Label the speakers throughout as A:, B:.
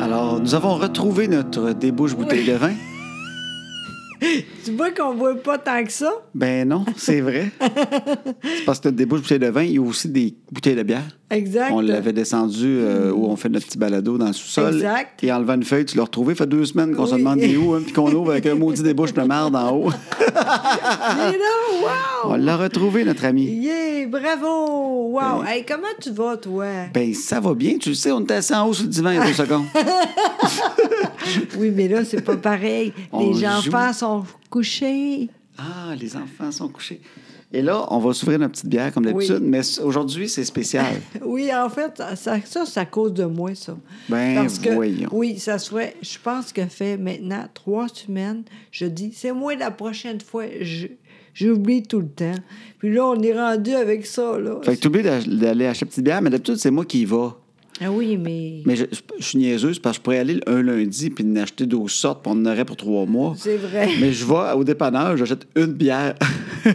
A: Alors, nous avons retrouvé notre débouche bouteille de vin.
B: tu vois qu'on voit pas tant que ça?
A: Ben non, c'est vrai. c'est parce que notre débouche bouteille de vin, il y a aussi des bouteilles de bière.
B: Exact.
A: On l'avait descendu euh, où on fait notre petit balado dans le sous-sol.
B: Exact.
A: Et en levant une feuille, tu l'as retrouvé. fait deux semaines qu'on se
B: Oui.
A: demande des où, hein, puis qu'on ouvre avec un maudit débouche de marde en haut.
B: Mais non, wow!
A: On l'a retrouvé, notre ami.
B: Yeah, bravo! Wow! Hey, comment tu vas, toi?
A: Ben, ça va bien, tu le sais, on était assis en haut sur le divan il y a deux secondes.
B: Oui, mais là, c'est pas pareil.
A: On
B: Les
A: joue.
B: enfants sont couchés.
A: Ah, les enfants sont couchés. Et là, on va s'ouvrir notre petite bière comme d'habitude, mais c- aujourd'hui, c'est spécial.
B: Oui, en fait, ça, ça c'est à cause de moi, ça.
A: Ben,
B: Parce que,
A: voyons.
B: Oui, ça se fait, je pense que fait maintenant trois semaines, je dis, c'est moi la prochaine fois, je- j'oublie tout le temps. Puis là, on est rendu avec ça, là.
A: fait que t'oublies d'ach- d'aller acheter la petite bière, mais d'habitude, c'est moi qui y va.
B: Ah oui, mais...
A: Mais je, je suis niaiseuse parce que je pourrais aller un lundi puis en acheter 12 sortes, puis on en aurait pour trois mois.
B: C'est vrai.
A: Mais je vais au dépanneur, j'achète une bière.
B: C'est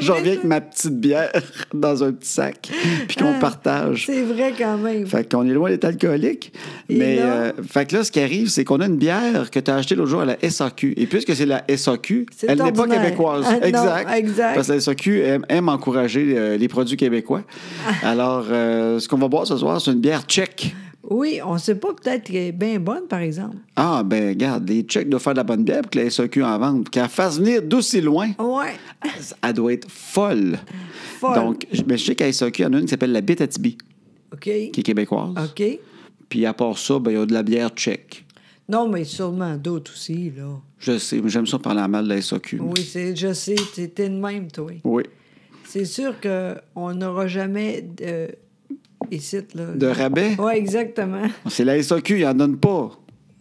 A: Je
B: vrai,
A: reviens avec
B: ça.
A: ma petite bière dans un petit sac, puis qu'on
B: Ah,
A: partage.
B: C'est vrai quand même.
A: Fait qu'on est loin d'être alcoolique.
B: Et
A: Mais
B: là?
A: euh, fait que là, ce qui arrive, c'est qu'on a une bière que tu as achetée l'autre jour à la SAQ. Et puisque c'est la SAQ,
B: C'est
A: elle n'est pas
B: ordinaire.
A: québécoise.
B: Ah, non,
A: exact.
B: exact.
A: Parce que la SAQ aime, aime encourager euh, les produits québécois.
B: Ah.
A: Alors, euh, ce qu'on va boire ce soir, c'est une bière tchèque.
B: Oui, on sait pas peut-être qu'elle est bien bonne, par exemple.
A: Ah, ben, regarde, les Tchèques doivent faire de la bonne bière pour que la SAQ en vende. Qu'elle fasse venir d'aussi loin,
B: Ouais.
A: elle doit être folle.
B: Folle.
A: Donc, je- mais je sais qu'à SAQ, il y en a une qui s'appelle la Bétatibi,
B: OK.
A: qui est québécoise.
B: OK.
A: Puis à part ça, ben, il y a de la bière tchèque.
B: Non, mais sûrement d'autres aussi, là.
A: Je sais, mais j'aime ça parler en mal de la SAQ.
B: Oui, c'est, je sais, t'es t'es de même, toi.
A: Oui.
B: C'est sûr qu'on n'aura jamais de. Ici, là.
A: De rabais?
B: Oui, exactement.
A: C'est la SAQ, il en donne pas.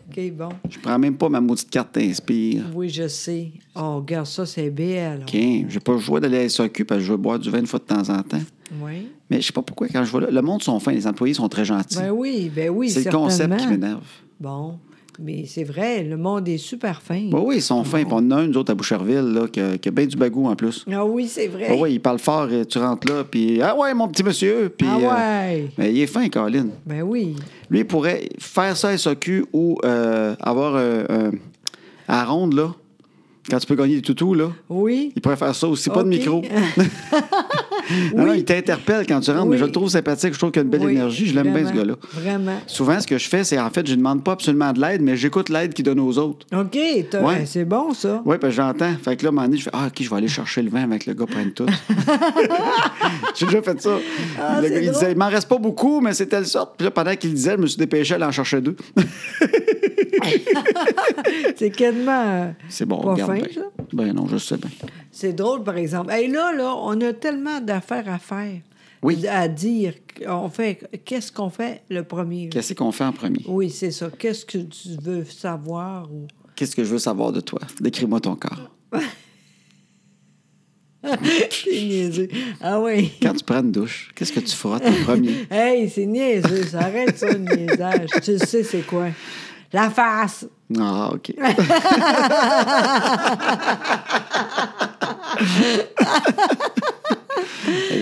B: OK, bon.
A: Je prends même pas ma maudite carte Inspire.
B: Oui, je sais. Oh, regarde ça, c'est belle.
A: OK, j'ai pas le choix d'aller à la SAQ parce que je veux boire du vin une fois de temps en temps.
B: Oui.
A: Mais je sais pas pourquoi, quand je vois là, le monde sont fins, les employés sont très gentils.
B: Ben oui, ben oui,
A: c'est le concept qui
B: certainement.
A: m'énerve.
B: Bon, mais c'est vrai, le monde est super fin.
A: Ben oui, ils sont fins. Puis on en a un, nous autres, à Boucherville, là, qui a, qui a bien du bagou en plus.
B: Ah oui, c'est vrai.
A: Ben oui, il parle fort, et tu rentres là, puis Ah ouais, mon petit monsieur. Puis,
B: Ah
A: euh,
B: ouais.
A: mais il est fin, Colin.
B: Ben oui.
A: Lui, il pourrait faire ça à SAQ ou euh, avoir euh, euh, à la ronde, là, quand tu peux gagner des toutous, là.
B: Oui.
A: Il pourrait faire ça aussi, pas de
B: OK.
A: micro. non, non, il t'interpelle quand tu rentres, mais
B: Oui.
A: je le trouve sympathique, je trouve qu'il a une belle
B: Oui,
A: énergie, je l'aime bien ce
B: vraiment,
A: gars-là.
B: Vraiment.
A: Souvent, ce que je fais, c'est en fait, je ne demande pas absolument de l'aide, mais j'écoute l'aide qu'il donne aux autres.
B: OK, t'as-
A: Ouais.
B: c'est bon, ça.
A: Oui, parce que j'entends. Fait que là, à un moment donné, je fais Ah, OK, je vais aller chercher le vin avec le gars prenne tout. J'ai déjà fait ça.
B: Ah,
A: le
B: c'est
A: gars, il
B: drôle.
A: disait Il m'en reste pas beaucoup, mais c'est telle sorte. Puis là, pendant qu'il le disait, je me suis dépêché à aller en chercher deux.
B: C'est quasiment. euh,
A: C'est bon,
B: Pas
A: regarde.
B: fin,
A: bien.
B: ça?
A: Ben non, je sais bien.
B: C'est drôle, par exemple. Et là, là, on a tellement d'affaires à faire.
A: Oui.
B: À dire. On fait. Qu'est-ce qu'on fait le premier?
A: Qu'est-ce qu'on fait en premier
B: Oui, c'est ça. Qu'est-ce que tu veux savoir? ou-
A: Qu'est-ce que je veux savoir de toi Décris-moi ton corps.
B: C'est niaiseux. Ah oui.
A: Quand tu prends une douche, qu'est-ce que tu frottes en premier
B: Hey, c'est niaiseux. Ça arrête ça, le niaisage. Tu le sais, c'est quoi? La face.
A: Ah, OK. Hey,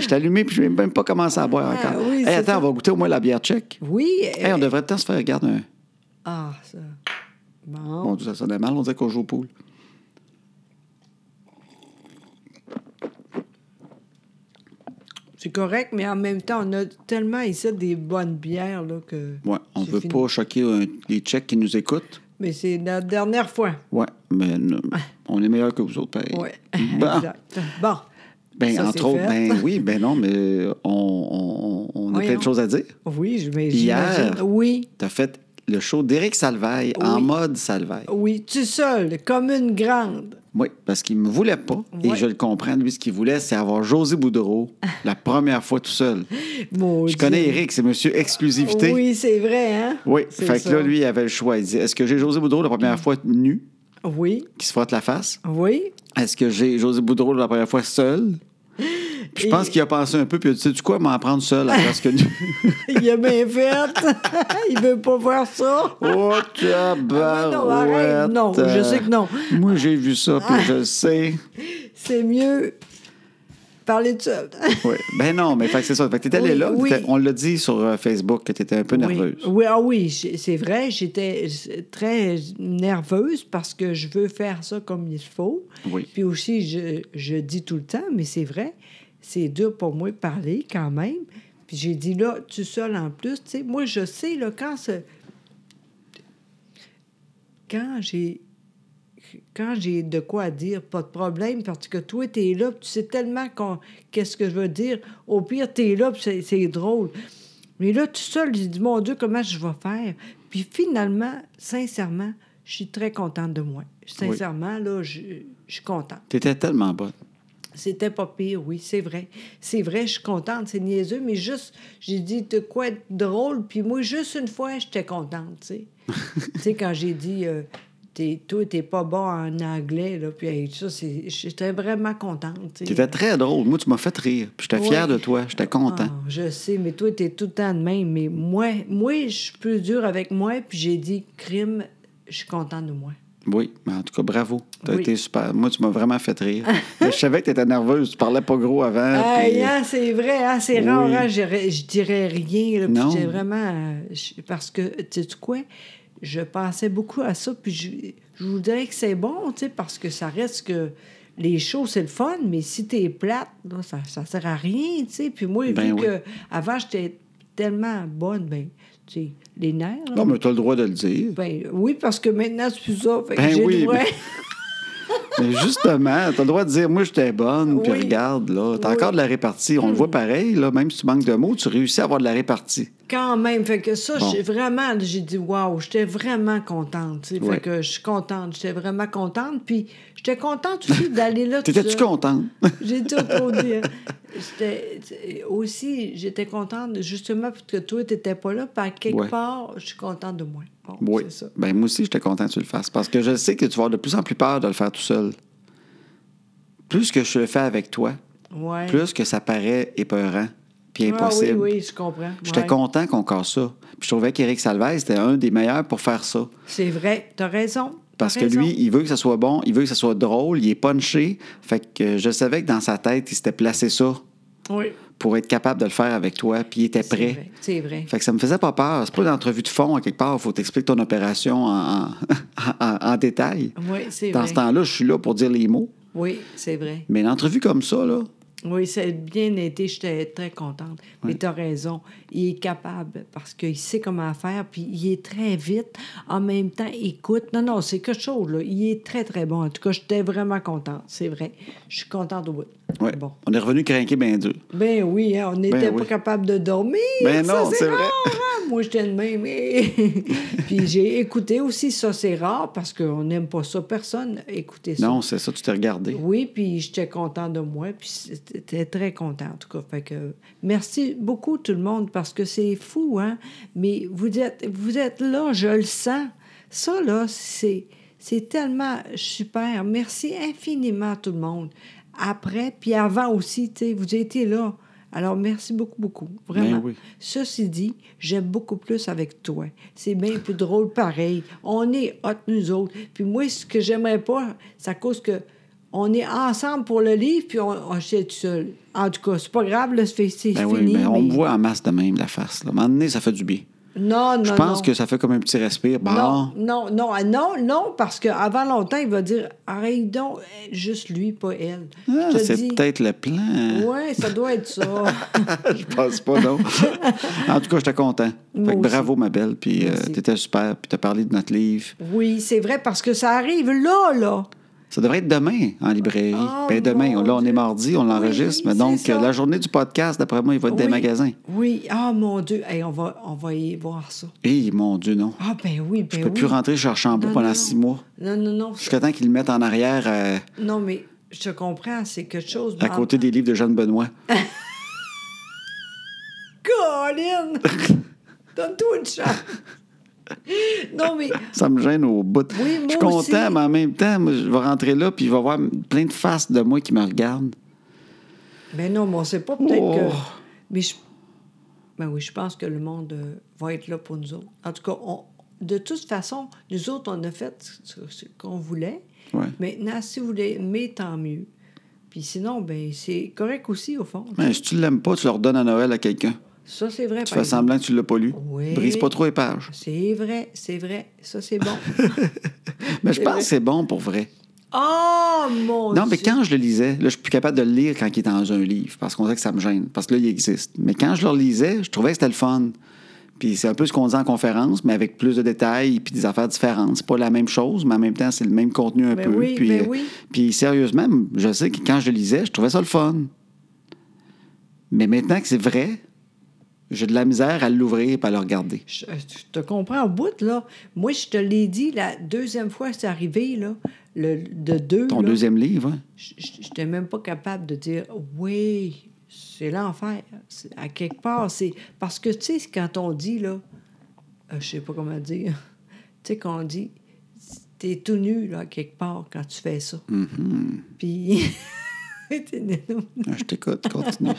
A: je t'ai allumé puis je n'ai même pas commencé à boire
B: Ah,
A: encore.
B: oui,
A: Hey,
B: c'est
A: attends,
B: ça.
A: on va goûter au moins la bière tchèque.
B: Oui.
A: Hey, on
B: euh,
A: devrait peut-être se faire regarder un.
B: Ah, ça. Bon.
A: Mon Dieu, ça sonnait mal, on dirait qu'on joue au pool.
B: C'est correct, mais en même temps, on a tellement ici des bonnes bières là, que.
A: Ouais, on
B: c'est
A: veut
B: fini.
A: pas choquer euh, les Tchèques qui nous écoutent.
B: Mais c'est la dernière fois.
A: Ouais, mais non, on est meilleurs que vous autres, pareil.
B: Oui.
A: Bon.
B: Ah. Exact. Bon.
A: Ben,
B: Ça, c'est
A: entre autres,
B: fait.
A: ben oui, ben non, mais on, on- on- on a plein
B: Voyons.
A: de choses à dire.
B: Oui, je mais
A: Hier.
B: j'imagine- Oui.
A: T'as fait le show d'Éric Salvaille en
B: Oui. Oh.
A: mode Salvaille.
B: Oui, tu seul, comme une grande.
A: Oui, parce qu'il me voulait pas, et
B: Ouais.
A: je le comprends. Lui, ce qu'il voulait, c'est avoir José Boudreau la première fois tout seul.
B: Mon
A: Je
B: Dieu.
A: connais Éric, c'est monsieur exclusivité.
B: Oui, c'est vrai, hein?
A: Oui,
B: C'est
A: fait que
B: ça. Mm.
A: là, lui, il avait le choix. Il disait, est-ce que j'ai José Boudreau la première fois nu,
B: Oui,
A: qui se frotte la face?
B: oui.
A: Est-ce que j'ai José Boudreau la première fois seul? Puis je
B: Et-
A: pense qu'il a pensé un peu, puis il a dit, sais-tu quoi, m'en prendre seul, parce que nu.
B: Il a bien fait. Il veut pas voir ça.
A: Oh,
B: Ah, non, arrête.
A: tabarouette!
B: Non, je sais que non.
A: euh, Moi, j'ai vu ça, puis je le sais.
B: C'est mieux parler de ça.
A: Oui. Ben non, mais fait que c'est ça. Fait que t'es allé
B: Oui,
A: là.
B: oui.
A: t'étais- On l'a dit sur euh, Facebook que t'étais un peu nerveuse.
B: Oui, oui, ah oui j'ai- c'est vrai, j'étais très nerveuse parce que je veux faire ça comme il faut.
A: Oui.
B: Puis aussi, je, je dis tout le temps, mais c'est vrai, c'est dur pour moi de parler quand même. Puis j'ai dit là, tu seul en plus, tu sais, moi je sais, là, quand ce- Quand j'ai. Quand j'ai de quoi dire, pas de problème, parce que toi, t'es là, puis tu sais tellement qu'on- qu'est-ce que je veux dire. Au pire, t'es là, puis c'est- c'est drôle. Mais là, tout seul, j'ai dit, mon Dieu, comment je vais faire? Puis finalement, sincèrement, je suis très contente de moi. Sincèrement, là, je, je suis contente.
A: T'étais tellement bonne.
B: C'était pas pire, oui, c'est vrai. C'est vrai, je suis contente, c'est niaiseux, mais juste, j'ai dit de quoi être drôle, puis moi, juste une fois, j'étais contente, tu sais. tu sais, quand j'ai dit, euh, t'es, toi, t'es pas bon en anglais, là, puis hey, ça, c'est, j'étais vraiment contente, tu sais.
A: T'étais très drôle. Moi, tu m'as fait rire. puis J'étais
B: Oui.
A: fier de toi. J'étais content.
B: Ah, je sais, mais toi, t'es tout le temps de même. Mais moi, moi je suis plus dure avec moi, puis j'ai dit, crime, je suis contente de moi.
A: Oui, mais en tout cas, bravo. T'as
B: Oui.
A: été super. Moi, tu m'as vraiment fait rire. Mais je savais que t'étais nerveuse. Tu parlais pas gros avant. Ah, puis-
B: Aïe, hein, c'est vrai, hein, c'est rare,
A: Oui.
B: hein, je, je dirais rien. là, puis
A: Non.
B: j'ai vraiment. euh, je- parce que, tu sais quoi, je pensais beaucoup à ça, puis je, je vous dirais que c'est bon, tu sais, parce que ça reste que. Les shows, c'est le fun, mais si t'es plate, là, ça, ça sert à rien, tu sais. Puis moi,
A: Ben
B: vu
A: oui.
B: que avant j'étais tellement bonne, ben, tu sais, les nerfs, là,
A: Non, mais t'as le droit de le dire.
B: Ben oui, parce que maintenant, c'est plus ça. Fait que
A: Ben
B: j'ai
A: oui,
B: le droit.
A: Mais justement, t'as le droit de dire, moi, j'étais bonne, puis
B: Oui.
A: regarde, là. T'as
B: Oui. Hmm.
A: encore de la répartie. On le voit pareil, là. Même si tu manques de mots, tu réussis à avoir de la répartie.
B: Quand même, fait que ça,
A: Bon.
B: j'ai vraiment, j'ai dit, waouh, j'étais vraiment contente. tu sais.
A: Ouais.
B: Fait que je suis contente, j'étais vraiment contente. Puis j'étais contente aussi d'aller là. toute
A: T'étais-tu
B: seule.
A: contente?
B: J'ai tout trop dit. hein. J'étais- t'sais, aussi, j'étais contente, justement, parce que toi, t'étais pas là. Par quelque
A: Ouais.
B: part, je suis contente de moi. Bon,
A: Oui.
B: c'est ça.
A: Ben, moi aussi, j'étais content que tu le fasses. Parce que je sais que tu vas avoir de plus en plus peur de le faire tout seul. Plus que je le fais avec toi,
B: Ouais.
A: plus que ça paraît épeurant puis
B: Ah oui,
A: impossible.
B: oui, je comprends.
A: J'étais
B: Ouais.
A: content qu'on casse ça. Puis je trouvais qu'Éric Salvez était un des meilleurs pour faire ça.
B: C'est vrai, t'as raison. t'as
A: Parce que
B: raison.
A: lui, il veut que ça soit bon, il veut que ça soit drôle, il est punché. Fait que je savais que dans sa tête, il s'était placé ça
B: Oui.
A: pour être capable de le faire avec toi, puis il était
B: C'est
A: prêt.
B: vrai, C'est vrai.
A: Fait que ça me faisait pas peur. C'est pas une entrevue de fond, à quelque part. Faut t'expliquer ton opération en, en- en- en détail.
B: Oui, c'est
A: Dans
B: vrai.
A: ce temps-là, je suis là pour dire les mots.
B: Oui, c'est vrai.
A: Mais une entrevue comme ça, là,
B: Oui, ça a bien été. J'étais très contente. Mais tu as raison. Il est capable parce qu'il sait comment faire, puis il est très vite. En même temps, il écoute. Non, non, c'est quelque chose, là. Il est très, très bon. En tout cas, j'étais vraiment contente. C'est vrai. Je suis contente au bout.
A: ouais,
B: Bon.
A: on est revenu craquer bien dur.
B: Ben oui, hein, on n'était
A: oui.
B: pas capable de dormir.
A: Ben
B: ça,
A: non, c'est vrai.
B: rare, hein. Moi, j'étais de même. Et- puis j'ai écouté aussi ça, c'est rare, parce qu'on n'aime pas ça. Personne écouter ça.
A: Non, c'est ça, tu t'es regardé.
B: Oui, puis j'étais content de moi, puis j'étais très content en tout cas. Fait que merci beaucoup tout le monde parce que c'est fou, hein. Mais vous êtes, vous êtes là, je le sens. Ça là, c'est, c'est tellement super. Merci infiniment à tout le monde. Après, puis avant aussi, tu sais, vous étiez là. Alors merci beaucoup, beaucoup, vraiment.
A: Ben oui.
B: Ceci dit, j'aime beaucoup plus avec toi. C'est bien plus drôle pareil. On est hot, nous autres. Puis moi, ce que j'aimerais pas, c'est à cause que on est ensemble pour le livre, puis on, on j'étais tout seul. En tout cas, c'est pas grave, là, c'est c'est
A: Ben oui,
B: fini.
A: mais on
B: mais-
A: me voit en masse de même, la face. Là. À un moment donné, ça fait du bien.
B: Non, non,
A: Je pense
B: non.
A: que ça fait comme un petit respire. Bon,
B: Non, non, non, ah, non, non, parce qu'avant longtemps, il va dire arrête donc, eh, juste lui, pas elle.
A: ah,
B: Je te
A: c'est
B: dis,
A: peut-être hein. le plan.
B: Ouais, ça doit être ça.
A: je pense pas, non. en tout cas, j'étais content. Fait
B: Moi
A: que
B: aussi.
A: bravo, ma belle. Puis euh,
B: Merci.
A: t'étais super. Puis t'as parlé de notre livre.
B: oui, c'est vrai, parce que ça arrive là, là.
A: Ça devrait être demain en librairie.
B: Oh,
A: ben demain,
B: mon
A: là, on est
B: Dieu.
A: mardi, on l'enregistre.
B: Oui,
A: mais
B: c'est
A: donc,
B: ça.
A: euh, la journée du podcast, d'après moi, il va être des
B: Oui.
A: magasins.
B: Oui, ah mon Dieu, Hey, on, va, on va y voir ça.
A: Hé, Eh, mon Dieu, non.
B: Ah ben oui, ben
A: Je peux
B: oui.
A: plus rentrer chez Archambault
B: Non,
A: pendant
B: non,
A: six
B: non.
A: mois.
B: Non, non, non.
A: Jusqu'à temps qu'ils le mettent en arrière euh,
B: Non, mais je te comprends, c'est quelque chose.
A: à côté des livres de Jeanne Benoît.
B: Colin! Donne-toi une chance. non, mais
A: Ça me gêne au bout.
B: Oui,
A: je suis
B: moi
A: content,
B: aussi.
A: mais en même temps, moi, je vais rentrer là, puis je vais voir plein de faces de moi qui me regardent.
B: Ben non, mais on sait pas peut-être
A: Oh.
B: que. Mais je... ben oui, je pense que le monde euh, va être là pour nous autres. En tout cas, on... de toute façon, nous autres, on a fait ce, ce qu'on voulait.
A: Ouais.
B: Maintenant, si vous l'aimez, tant mieux. Puis sinon, ben c'est correct aussi, au fond.
A: Mais si tu l'aimes pas, tu le redonnes à Noël à quelqu'un.
B: Ça, c'est vrai.
A: Tu
B: par
A: fais
B: exemple.
A: semblant que tu l'as pas lu.
B: Oui.
A: Brise pas trop les pages.
B: C'est vrai, c'est vrai. Ça, c'est bon.
A: Mais je
B: C'est
A: pense
B: vrai.
A: que c'est bon pour vrai.
B: oh, mon
A: Non, mais
B: Dieu!
A: quand je le lisais, là, je suis plus capable de le lire quand il est dans un livre, parce qu'on dirait que ça me gêne, parce que là, il existe. Mais quand je le lisais, je trouvais que c'était le fun. Puis c'est un peu ce qu'on dit en conférence, mais avec plus de détails puis des affaires différentes. C'est pas la même chose, mais en même temps, c'est le même contenu un
B: Ben
A: peu.
B: oui,
A: puis,
B: ben
A: euh,
B: oui.
A: puis sérieusement, je sais que quand je le lisais, je trouvais ça le fun. Mais maintenant que c'est vrai, j'ai de la misère à l'ouvrir et à le regarder.
B: Je, je te comprends au bout, là. Moi, je te l'ai dit la deuxième fois que c'est arrivé, là, le, de deux.
A: Ton
B: là,
A: deuxième livre, hein?
B: je- je n'étais même pas capable de dire oui, c'est l'enfer. C'est- À quelque part, c'est. Parce que, tu sais, quand on dit, là, euh, je sais pas comment dire, tu sais, quand on dit, t'es tout nu, là, à quelque part, quand tu fais ça.
A: Mm-hmm.
B: Puis.
A: Ah, je t'écoute, continue.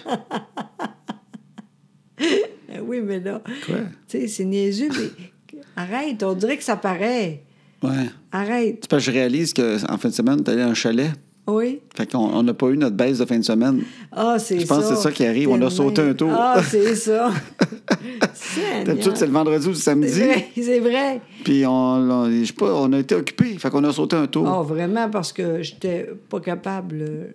B: ben oui, mais là, tu
A: Quoi?
B: sais, c'est niaiseux, mais arrête, on dirait que ça paraît.
A: Ouais.
B: Arrête,
A: C'est parce que je réalise qu'en fin de semaine, t'es allé à un chalet,
B: oui.
A: Fait qu'on on n'a pas eu notre baisse de fin de semaine.
B: Ah, c'est ça.
A: Je pense que c'est ça qui arrive. On a sauté un tour.
B: Ah, c'est ça. Seigneur.
A: D'habitude, c'est le vendredi ou le samedi.
B: Eh C'est vrai, c'est vrai.
A: Puis on, on- je sais pas, on a été occupés. Fait qu'on a sauté un tour.
B: Ah, vraiment, parce que j'étais pas capable euh,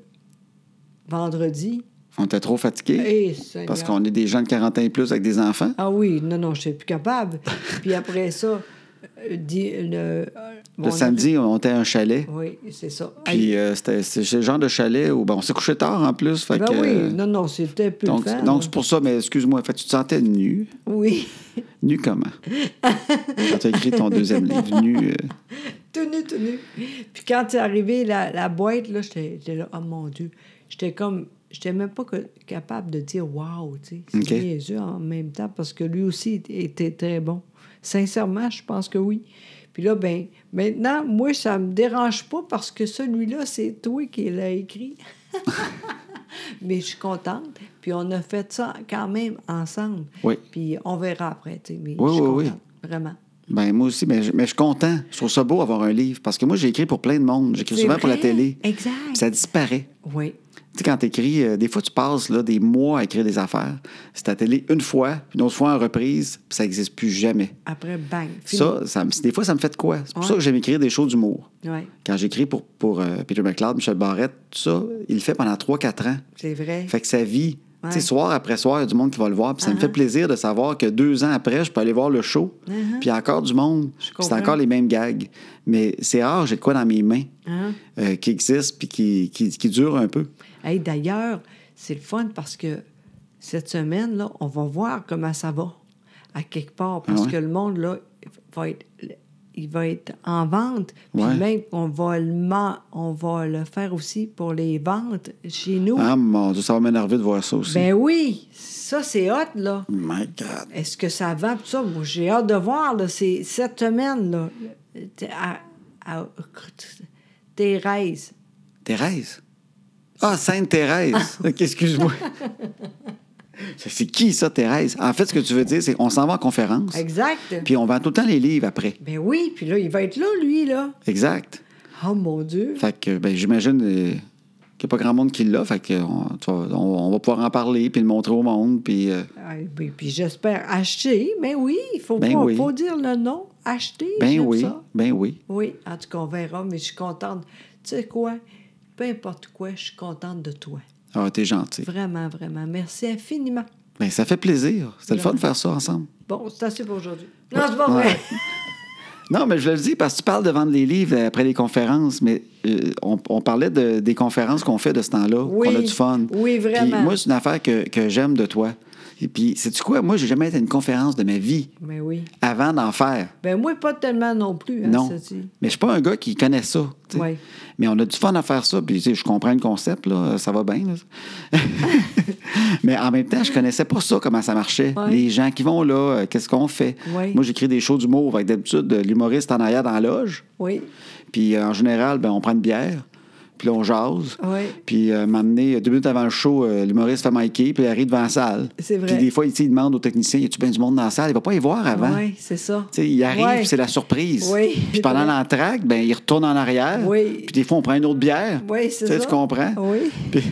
B: vendredi.
A: On était trop fatigués.
B: Eh,
A: parce
B: Seigneur.
A: qu'on est des gens de 40 ans et plus avec des enfants.
B: Ah oui, non, non, j'étais plus capable. Puis après ça, euh, di- le...
A: le samedi, on était à un chalet.
B: Oui, c'est ça.
A: Puis euh, c'était c'est ce genre de chalet où ben, on s'est couché tard en plus. Fait
B: ben
A: que, euh,
B: oui, non, non, c'était plus
A: donc,
B: le fun,
A: donc
B: là.
A: c'est pour ça, mais excuse-moi, fait, que tu te sentais nu.
B: Oui,
A: Nu comment? Quand tu as écrit ton deuxième livre, nu. euh,
B: tout nu, tout nu. Puis quand c'est arrivé, la, la boîte, là, j'étais j'étais là, oh mon Dieu. J'étais comme... J'étais même pas que- capable de dire « wow », tu sais. C'est
A: OK.
B: niaiseux en même temps, parce que lui aussi était très bon. Sincèrement, je pense que oui. Puis là, ben maintenant, moi, ça me dérange pas, parce que celui-là, c'est toi qui l'as écrit. Mais je suis contente. Puis on a fait ça quand même ensemble.
A: Oui.
B: Puis on verra après, tu sais. Mais
A: Oui,
B: je suis
A: oui, oui.
B: contente, vraiment.
A: Ben moi aussi, mais je, mais je suis content. Je trouve ça beau avoir un livre. Parce que moi, j'ai écrit pour plein de monde. J'écris
B: C'est
A: souvent pour la
B: vrai.
A: télé.
B: Exact.
A: Puis Ça disparaît.
B: Oui.
A: Tu sais, quand t'écris, euh, des fois, tu passes là, des mois à écrire des affaires. C'est à la télé une fois, puis une autre fois en reprise, puis ça n'existe plus jamais.
B: Après, bang. fini.
A: Ça, ça me- des fois, ça me fait de quoi? C'est pour
B: Ouais.
A: ça que j'aime écrire des shows d'humour.
B: Ouais,
A: Quand j'écris pour, pour euh, Peter McLeod, Michel Barrette, tout ça, il le fait pendant 3-4 ans.
B: c'est vrai.
A: Fait que sa vie,
B: Ouais.
A: tu sais, soir après soir, il y a du monde qui va le voir. Puis ça me fait plaisir de savoir que deux ans après, je peux aller voir le show.
B: Uh-huh.
A: Puis il y a encore du monde.
B: Je
A: Puis c'est
B: comprends.
A: encore les mêmes gags. Mais c'est rare, j'ai de quoi dans mes mains
B: Hein?
A: euh, qui existe puis qui, qui, qui dure un peu.
B: Hey, D'ailleurs, c'est le fun parce que cette semaine, là, on va voir comment ça va à quelque part parce
A: Ah ouais?
B: que le monde, là, va être, il va être en vente. Puis
A: Ouais.
B: même, on va, le, man- on va le faire aussi pour les ventes chez nous.
A: Ah mon Dieu, ça va m'énerver de voir ça aussi. Oh
B: Ben oui, ça, c'est hot, là.
A: My God.
B: Est-ce que ça vend tout ça? Moi, j'ai hâte de voir, là, c'est cette semaine, là. T'es- à- à- Thérèse.
A: Thérèse. Ah, Sainte-Thérèse. OK, excuse-moi. Ça, c'est qui ça, Thérèse? En fait, ce que tu veux dire, c'est qu'on s'en va en conférence,
B: Exact.
A: puis on vend tout le temps les livres après.
B: Ben oui, puis là, il va être là, lui, là.
A: Exact.
B: Oh mon Dieu.
A: Fait que, ben, j'imagine euh, qu'il n'y a pas grand monde qui l'a. Fait que, on, tu vois, on- on va pouvoir en parler, puis le montrer au monde, puis... euh,
B: Ah, oui, puis j'espère acheter. Mais oui, il faut,
A: Ben
B: pas-
A: oui.
B: faut dire le nom. Acheter,
A: ben
B: j'aime
A: oui,
B: ça.
A: ben oui.
B: Oui, en tout cas, on verra, mais je suis contente. Tu sais quoi? Peu importe quoi, je suis contente de toi.
A: Ah, t'es gentil.
B: Vraiment, vraiment. Merci infiniment.
A: Ben, ça fait plaisir. C'était le fun de
B: Vraiment.
A: faire ça ensemble.
B: Bon, c'est assez pour aujourd'hui. Non, c'est pas vrai.
A: Ouais. Non, mais je le dis parce que tu parles de vendre les livres euh, après les conférences, mais euh, on, on parlait de- des conférences qu'on fait de ce temps-là,
B: Oui.
A: qu'on a du fun.
B: Oui, vraiment.
A: Puis moi, c'est une affaire que, que j'aime de toi. Et puis, sais-tu quoi? Moi, j'ai jamais été à une conférence de ma vie
B: Mais oui.
A: avant d'en faire.
B: Ben moi, pas tellement non plus, hein,
A: non.
B: ça dit.
A: Mais je suis pas un gars qui connaît ça. tu sais.
B: Oui.
A: Mais on a du fun à faire ça. Puis, tu sais, je comprends le concept, là, ça va bien. là. mais en même temps, je connaissais pas ça, comment ça marchait.
B: Ouais.
A: Les gens qui vont là, euh, qu'est-ce qu'on fait?
B: Ouais.
A: Moi, j'écris des shows d'humour. Fait que D'habitude, euh, l'humoriste en arrière dans la loge.
B: Oui.
A: Puis euh, en général, ben, on prend une bière, puis là, on jase.
B: Ouais.
A: Puis euh, m'amener euh, deux minutes avant le show, euh, l'humoriste fait Mikey, puis il arrive devant la salle.
B: C'est vrai.
A: Puis des fois, il, tu sais, il demande au technicien, y a-tu bien du monde dans la salle? Il va pas y voir avant.
B: Oui, c'est ça.
A: Tu sais, il arrive,
B: Ouais.
A: puis c'est la surprise.
B: Oui.
A: Puis pendant l'entracte, ben, il retourne en arrière.
B: Oui.
A: Puis des fois, on prend une autre bière.
B: Oui, c'est
A: Tu sais,
B: ça.
A: Tu comprends?
B: Oui.
A: Puis-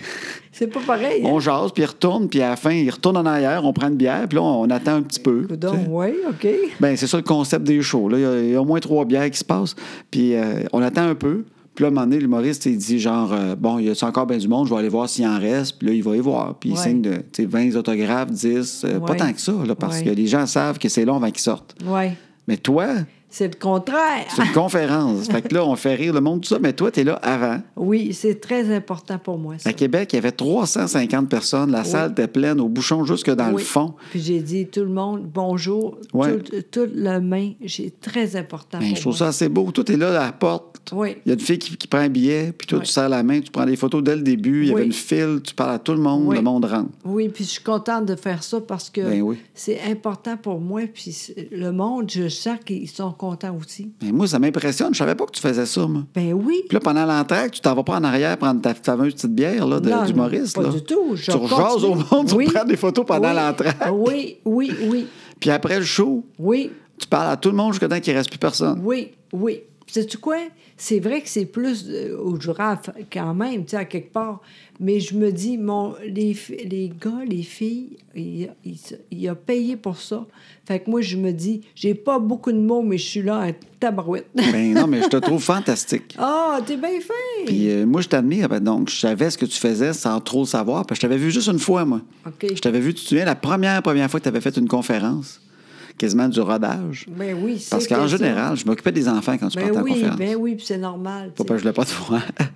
B: C'est pas pareil. hein?
A: On jase, puis il retourne, puis à la fin, il retourne en arrière, on prend une bière, puis là, on, on attend un petit peu. tu sais.
B: Donc, oui, OK.
A: Ben, c'est ça le concept des shows. là. Il, y a, il y a au moins trois bières qui se passent. Puis euh, on attend un peu. Puis là, à un moment donné, l'humoriste, il dit genre, euh, bon, il y a encore bien du monde, je vais aller voir s'il en reste. Puis là, il va y voir. Puis il
B: Ouais.
A: signe de, tu sais, 20 autographes, 10. euh, Pas
B: Ouais.
A: tant que ça, là, parce
B: Ouais.
A: que les gens savent que c'est long avant qu'ils sortent.
B: Oui.
A: Mais toi,
B: C'est le contraire.
A: c'est une conférence. Fait que là, on fait rire le monde, tout ça. Mais toi, t'es là avant.
B: Oui, c'est très important pour moi, ça.
A: À Québec, il y avait 350 personnes. La salle était pleine, au bouchon jusque dans
B: Oui.
A: le fond.
B: Puis j'ai dit tout le monde, bonjour,
A: Ouais.
B: tout, tout le main, c'est très important
A: Ben,
B: pour
A: je trouve
B: moi.
A: ça assez beau. Tout est là à la porte.
B: Oui.
A: Il y a une fille qui, qui prend un billet, puis toi,
B: Oui.
A: tu serres la main, tu prends des photos dès le début. Il y
B: Oui.
A: avait une file, tu parles à tout le monde,
B: Oui.
A: le monde rentre.
B: Oui, puis je suis contente de faire ça parce que
A: Ben oui.
B: c'est important pour moi. Puis c'est- le monde, je sens qu'ils sont contents aussi.
A: Mais moi, ça m'impressionne. Je savais pas que tu faisais ça, moi.
B: Ben oui.
A: Puis là, pendant l'entracte, tu t'en vas pas en arrière prendre ta fameuse petite bière là, de,
B: Non,
A: du
B: non,
A: Maurice.
B: pas
A: là.
B: du tout. Je
A: tu rejases au
B: continue.
A: monde,
B: Oui.
A: tu prends des photos pendant
B: Oui.
A: l'entracte.
B: Oui, oui, oui,
A: Puis après le show,
B: oui,
A: tu parles à tout le monde jusqu'à temps qu'il reste plus personne.
B: oui, oui. Sais-tu quoi? C'est vrai que c'est plus euh, au girafe quand même, tu sais, à quelque part. Mais je me dis, mon, les, fi- les gars, les filles, il, il se- il a payé pour ça. Fait que moi, je me dis, j'ai pas beaucoup de mots, mais je suis là à tabarouette.
A: Ben non, mais je te trouve fantastique.
B: Ah, t'es bien fin!
A: Puis euh, moi, je t'admire. Ben, donc, je savais ce que tu faisais sans trop le savoir. Parce que je t'avais vu juste une fois, moi.
B: OK.
A: Je t'avais vu, tu te souviens, la première, première fois que tu avais fait une conférence, quasiment du rodage.
B: Ben oui, c'est
A: Parce qu'en
B: que ça.
A: général, je m'occupais des enfants quand tu
B: Ben
A: partais en
B: oui,
A: conférence.
B: ben oui, puis c'est normal.
A: Pas parce que
B: tu sais.
A: je voulais pas te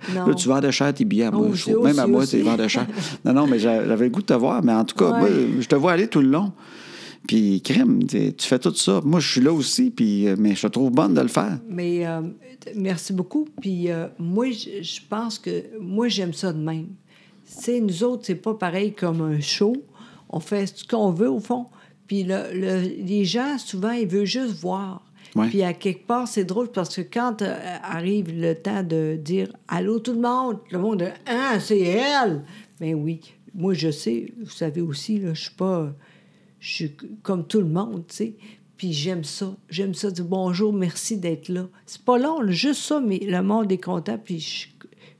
A: voir.
B: Non.
A: Là, tu vends de cher tes billets à moi.
B: Oh,
A: je
B: c'est
A: trouve. Même à
B: aussi,
A: moi,
B: aussi.
A: tu les vends de cher. Non, non, mais j'a- j'avais le goût de te voir. Mais en tout cas,
B: Ouais.
A: moi, je te vois aller tout le long. Puis, crime, tu sais, tu fais tout ça. Moi, je suis là aussi, puis, euh, mais je te trouve bonne de le faire.
B: Mais euh, merci beaucoup. Puis euh, moi, je je pense que moi, j'aime ça de même. Tu sais, nous autres, c'est pas pareil comme un show. On fait ce qu'on veut, au fond. Puis le- le- les gens, souvent, ils veulent juste voir.
A: Ouais.
B: Puis à quelque part, c'est drôle parce que quand euh, arrive le temps de dire Allô tout le monde, le monde Ah, c'est elle Ben oui, moi je sais, vous savez aussi, là, je suis pas. Je suis comme tout le monde, tu sais. Puis j'aime ça. J'aime ça, dire bonjour, merci d'être là. C'est pas long, là, juste ça, mais le monde est content. Puis je-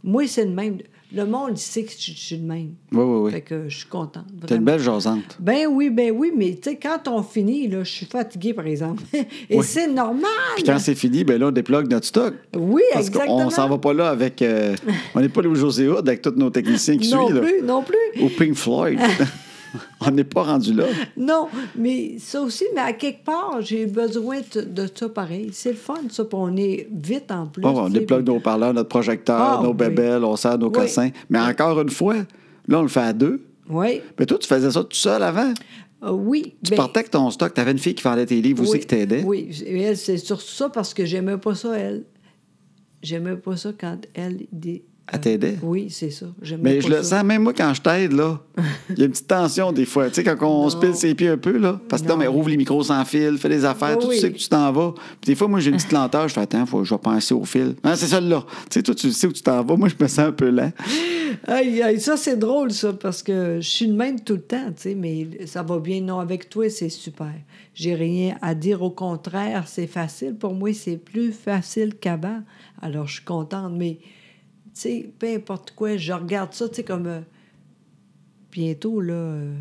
B: moi, c'est le même. Le monde il sait que je, je suis le même.
A: Oui, oui,
B: Fait
A: oui.
B: que je suis contente.
A: T'es une
B: vraiment.
A: belle jasante.
B: Ben oui, ben oui, mais tu sais, quand on finit, là, je suis fatiguée, par exemple. Et
A: Oui.
B: c'est normal!
A: Puis quand c'est fini, ben là, on déplogue notre stock.
B: Mm. Oui,
A: Parce
B: exactement.
A: qu'on s'en va pas là avec. euh, on n'est pas là au José Hood avec tous nos techniciens qui
B: non
A: suivent. là.
B: plus, non plus.
A: Au Pink Floyd. on n'est pas rendu là.
B: Non, mais ça aussi, mais à quelque part, j'ai besoin de, de ça pareil. C'est le fun, ça, puis on est vite en plus.
A: Bon, on
B: tu sais,
A: déplogue
B: puis-
A: nos parleurs, notre projecteur,
B: Ah,
A: nos
B: oui.
A: bébelles, on sert nos
B: Oui.
A: cossins. Mais encore une fois, là, on le fait à deux.
B: Oui,
A: Mais toi, tu faisais ça tout seul avant.
B: euh, oui.
A: Tu
B: ben,
A: partais avec ton stock. Tu avais une fille qui vendait tes livres aussi
B: oui,
A: qui t'aidait.
B: Oui, et elle, c'est surtout ça parce que j'aimais pas ça, elle. J'aimais pas ça quand elle... dit-
A: Elle t'aidait?
B: Oui, c'est ça. J'aimais
A: Mais
B: pas
A: je le
B: ça.
A: sens, même moi, quand je t'aide, là, il y a une petite tension des fois. Tu sais, quand on se pile ses pieds un peu, là, parce que non,
B: Non.
A: mais rouvre les micros sans fil, fais des affaires,
B: Oui,
A: tout tu sais
B: oui.
A: que tu t'en vas. Puis des fois, moi, j'ai une petite Hein, lenteur, je fais, attends, faut, je vais penser au fil. Non, c'est celle-là. Tu sais, toi, tu sais où tu t'en vas. Moi, je me sens un peu lent.
B: Aïe, aïe, ça, c'est drôle, ça, parce que je suis de même tout le temps, tu sais, mais ça va bien. Non, avec toi, c'est super. J'ai rien à dire. Au contraire, c'est facile. Pour moi, c'est plus facile qu'avant. Alors, je suis contente, mais, tu sais, peu importe quoi, je regarde ça, tu sais, comme... euh, bientôt, là... euh,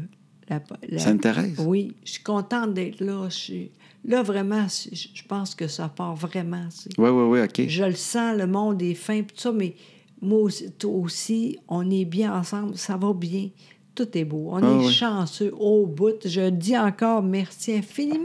B: la- la-
A: Sainte-Thérèse.
B: Oui, je suis contente d'être là. Je suis- Là, vraiment, je je pense que ça part vraiment, tu sais.
A: Oui, oui, oui, OK.
B: Je le sens, le monde est fin, pis tout ça, mais moi aussi, toi aussi, on est bien ensemble, ça va bien. Tout est beau. On
A: Ah
B: est
A: oui.
B: chanceux au bout. Je dis encore merci infiniment.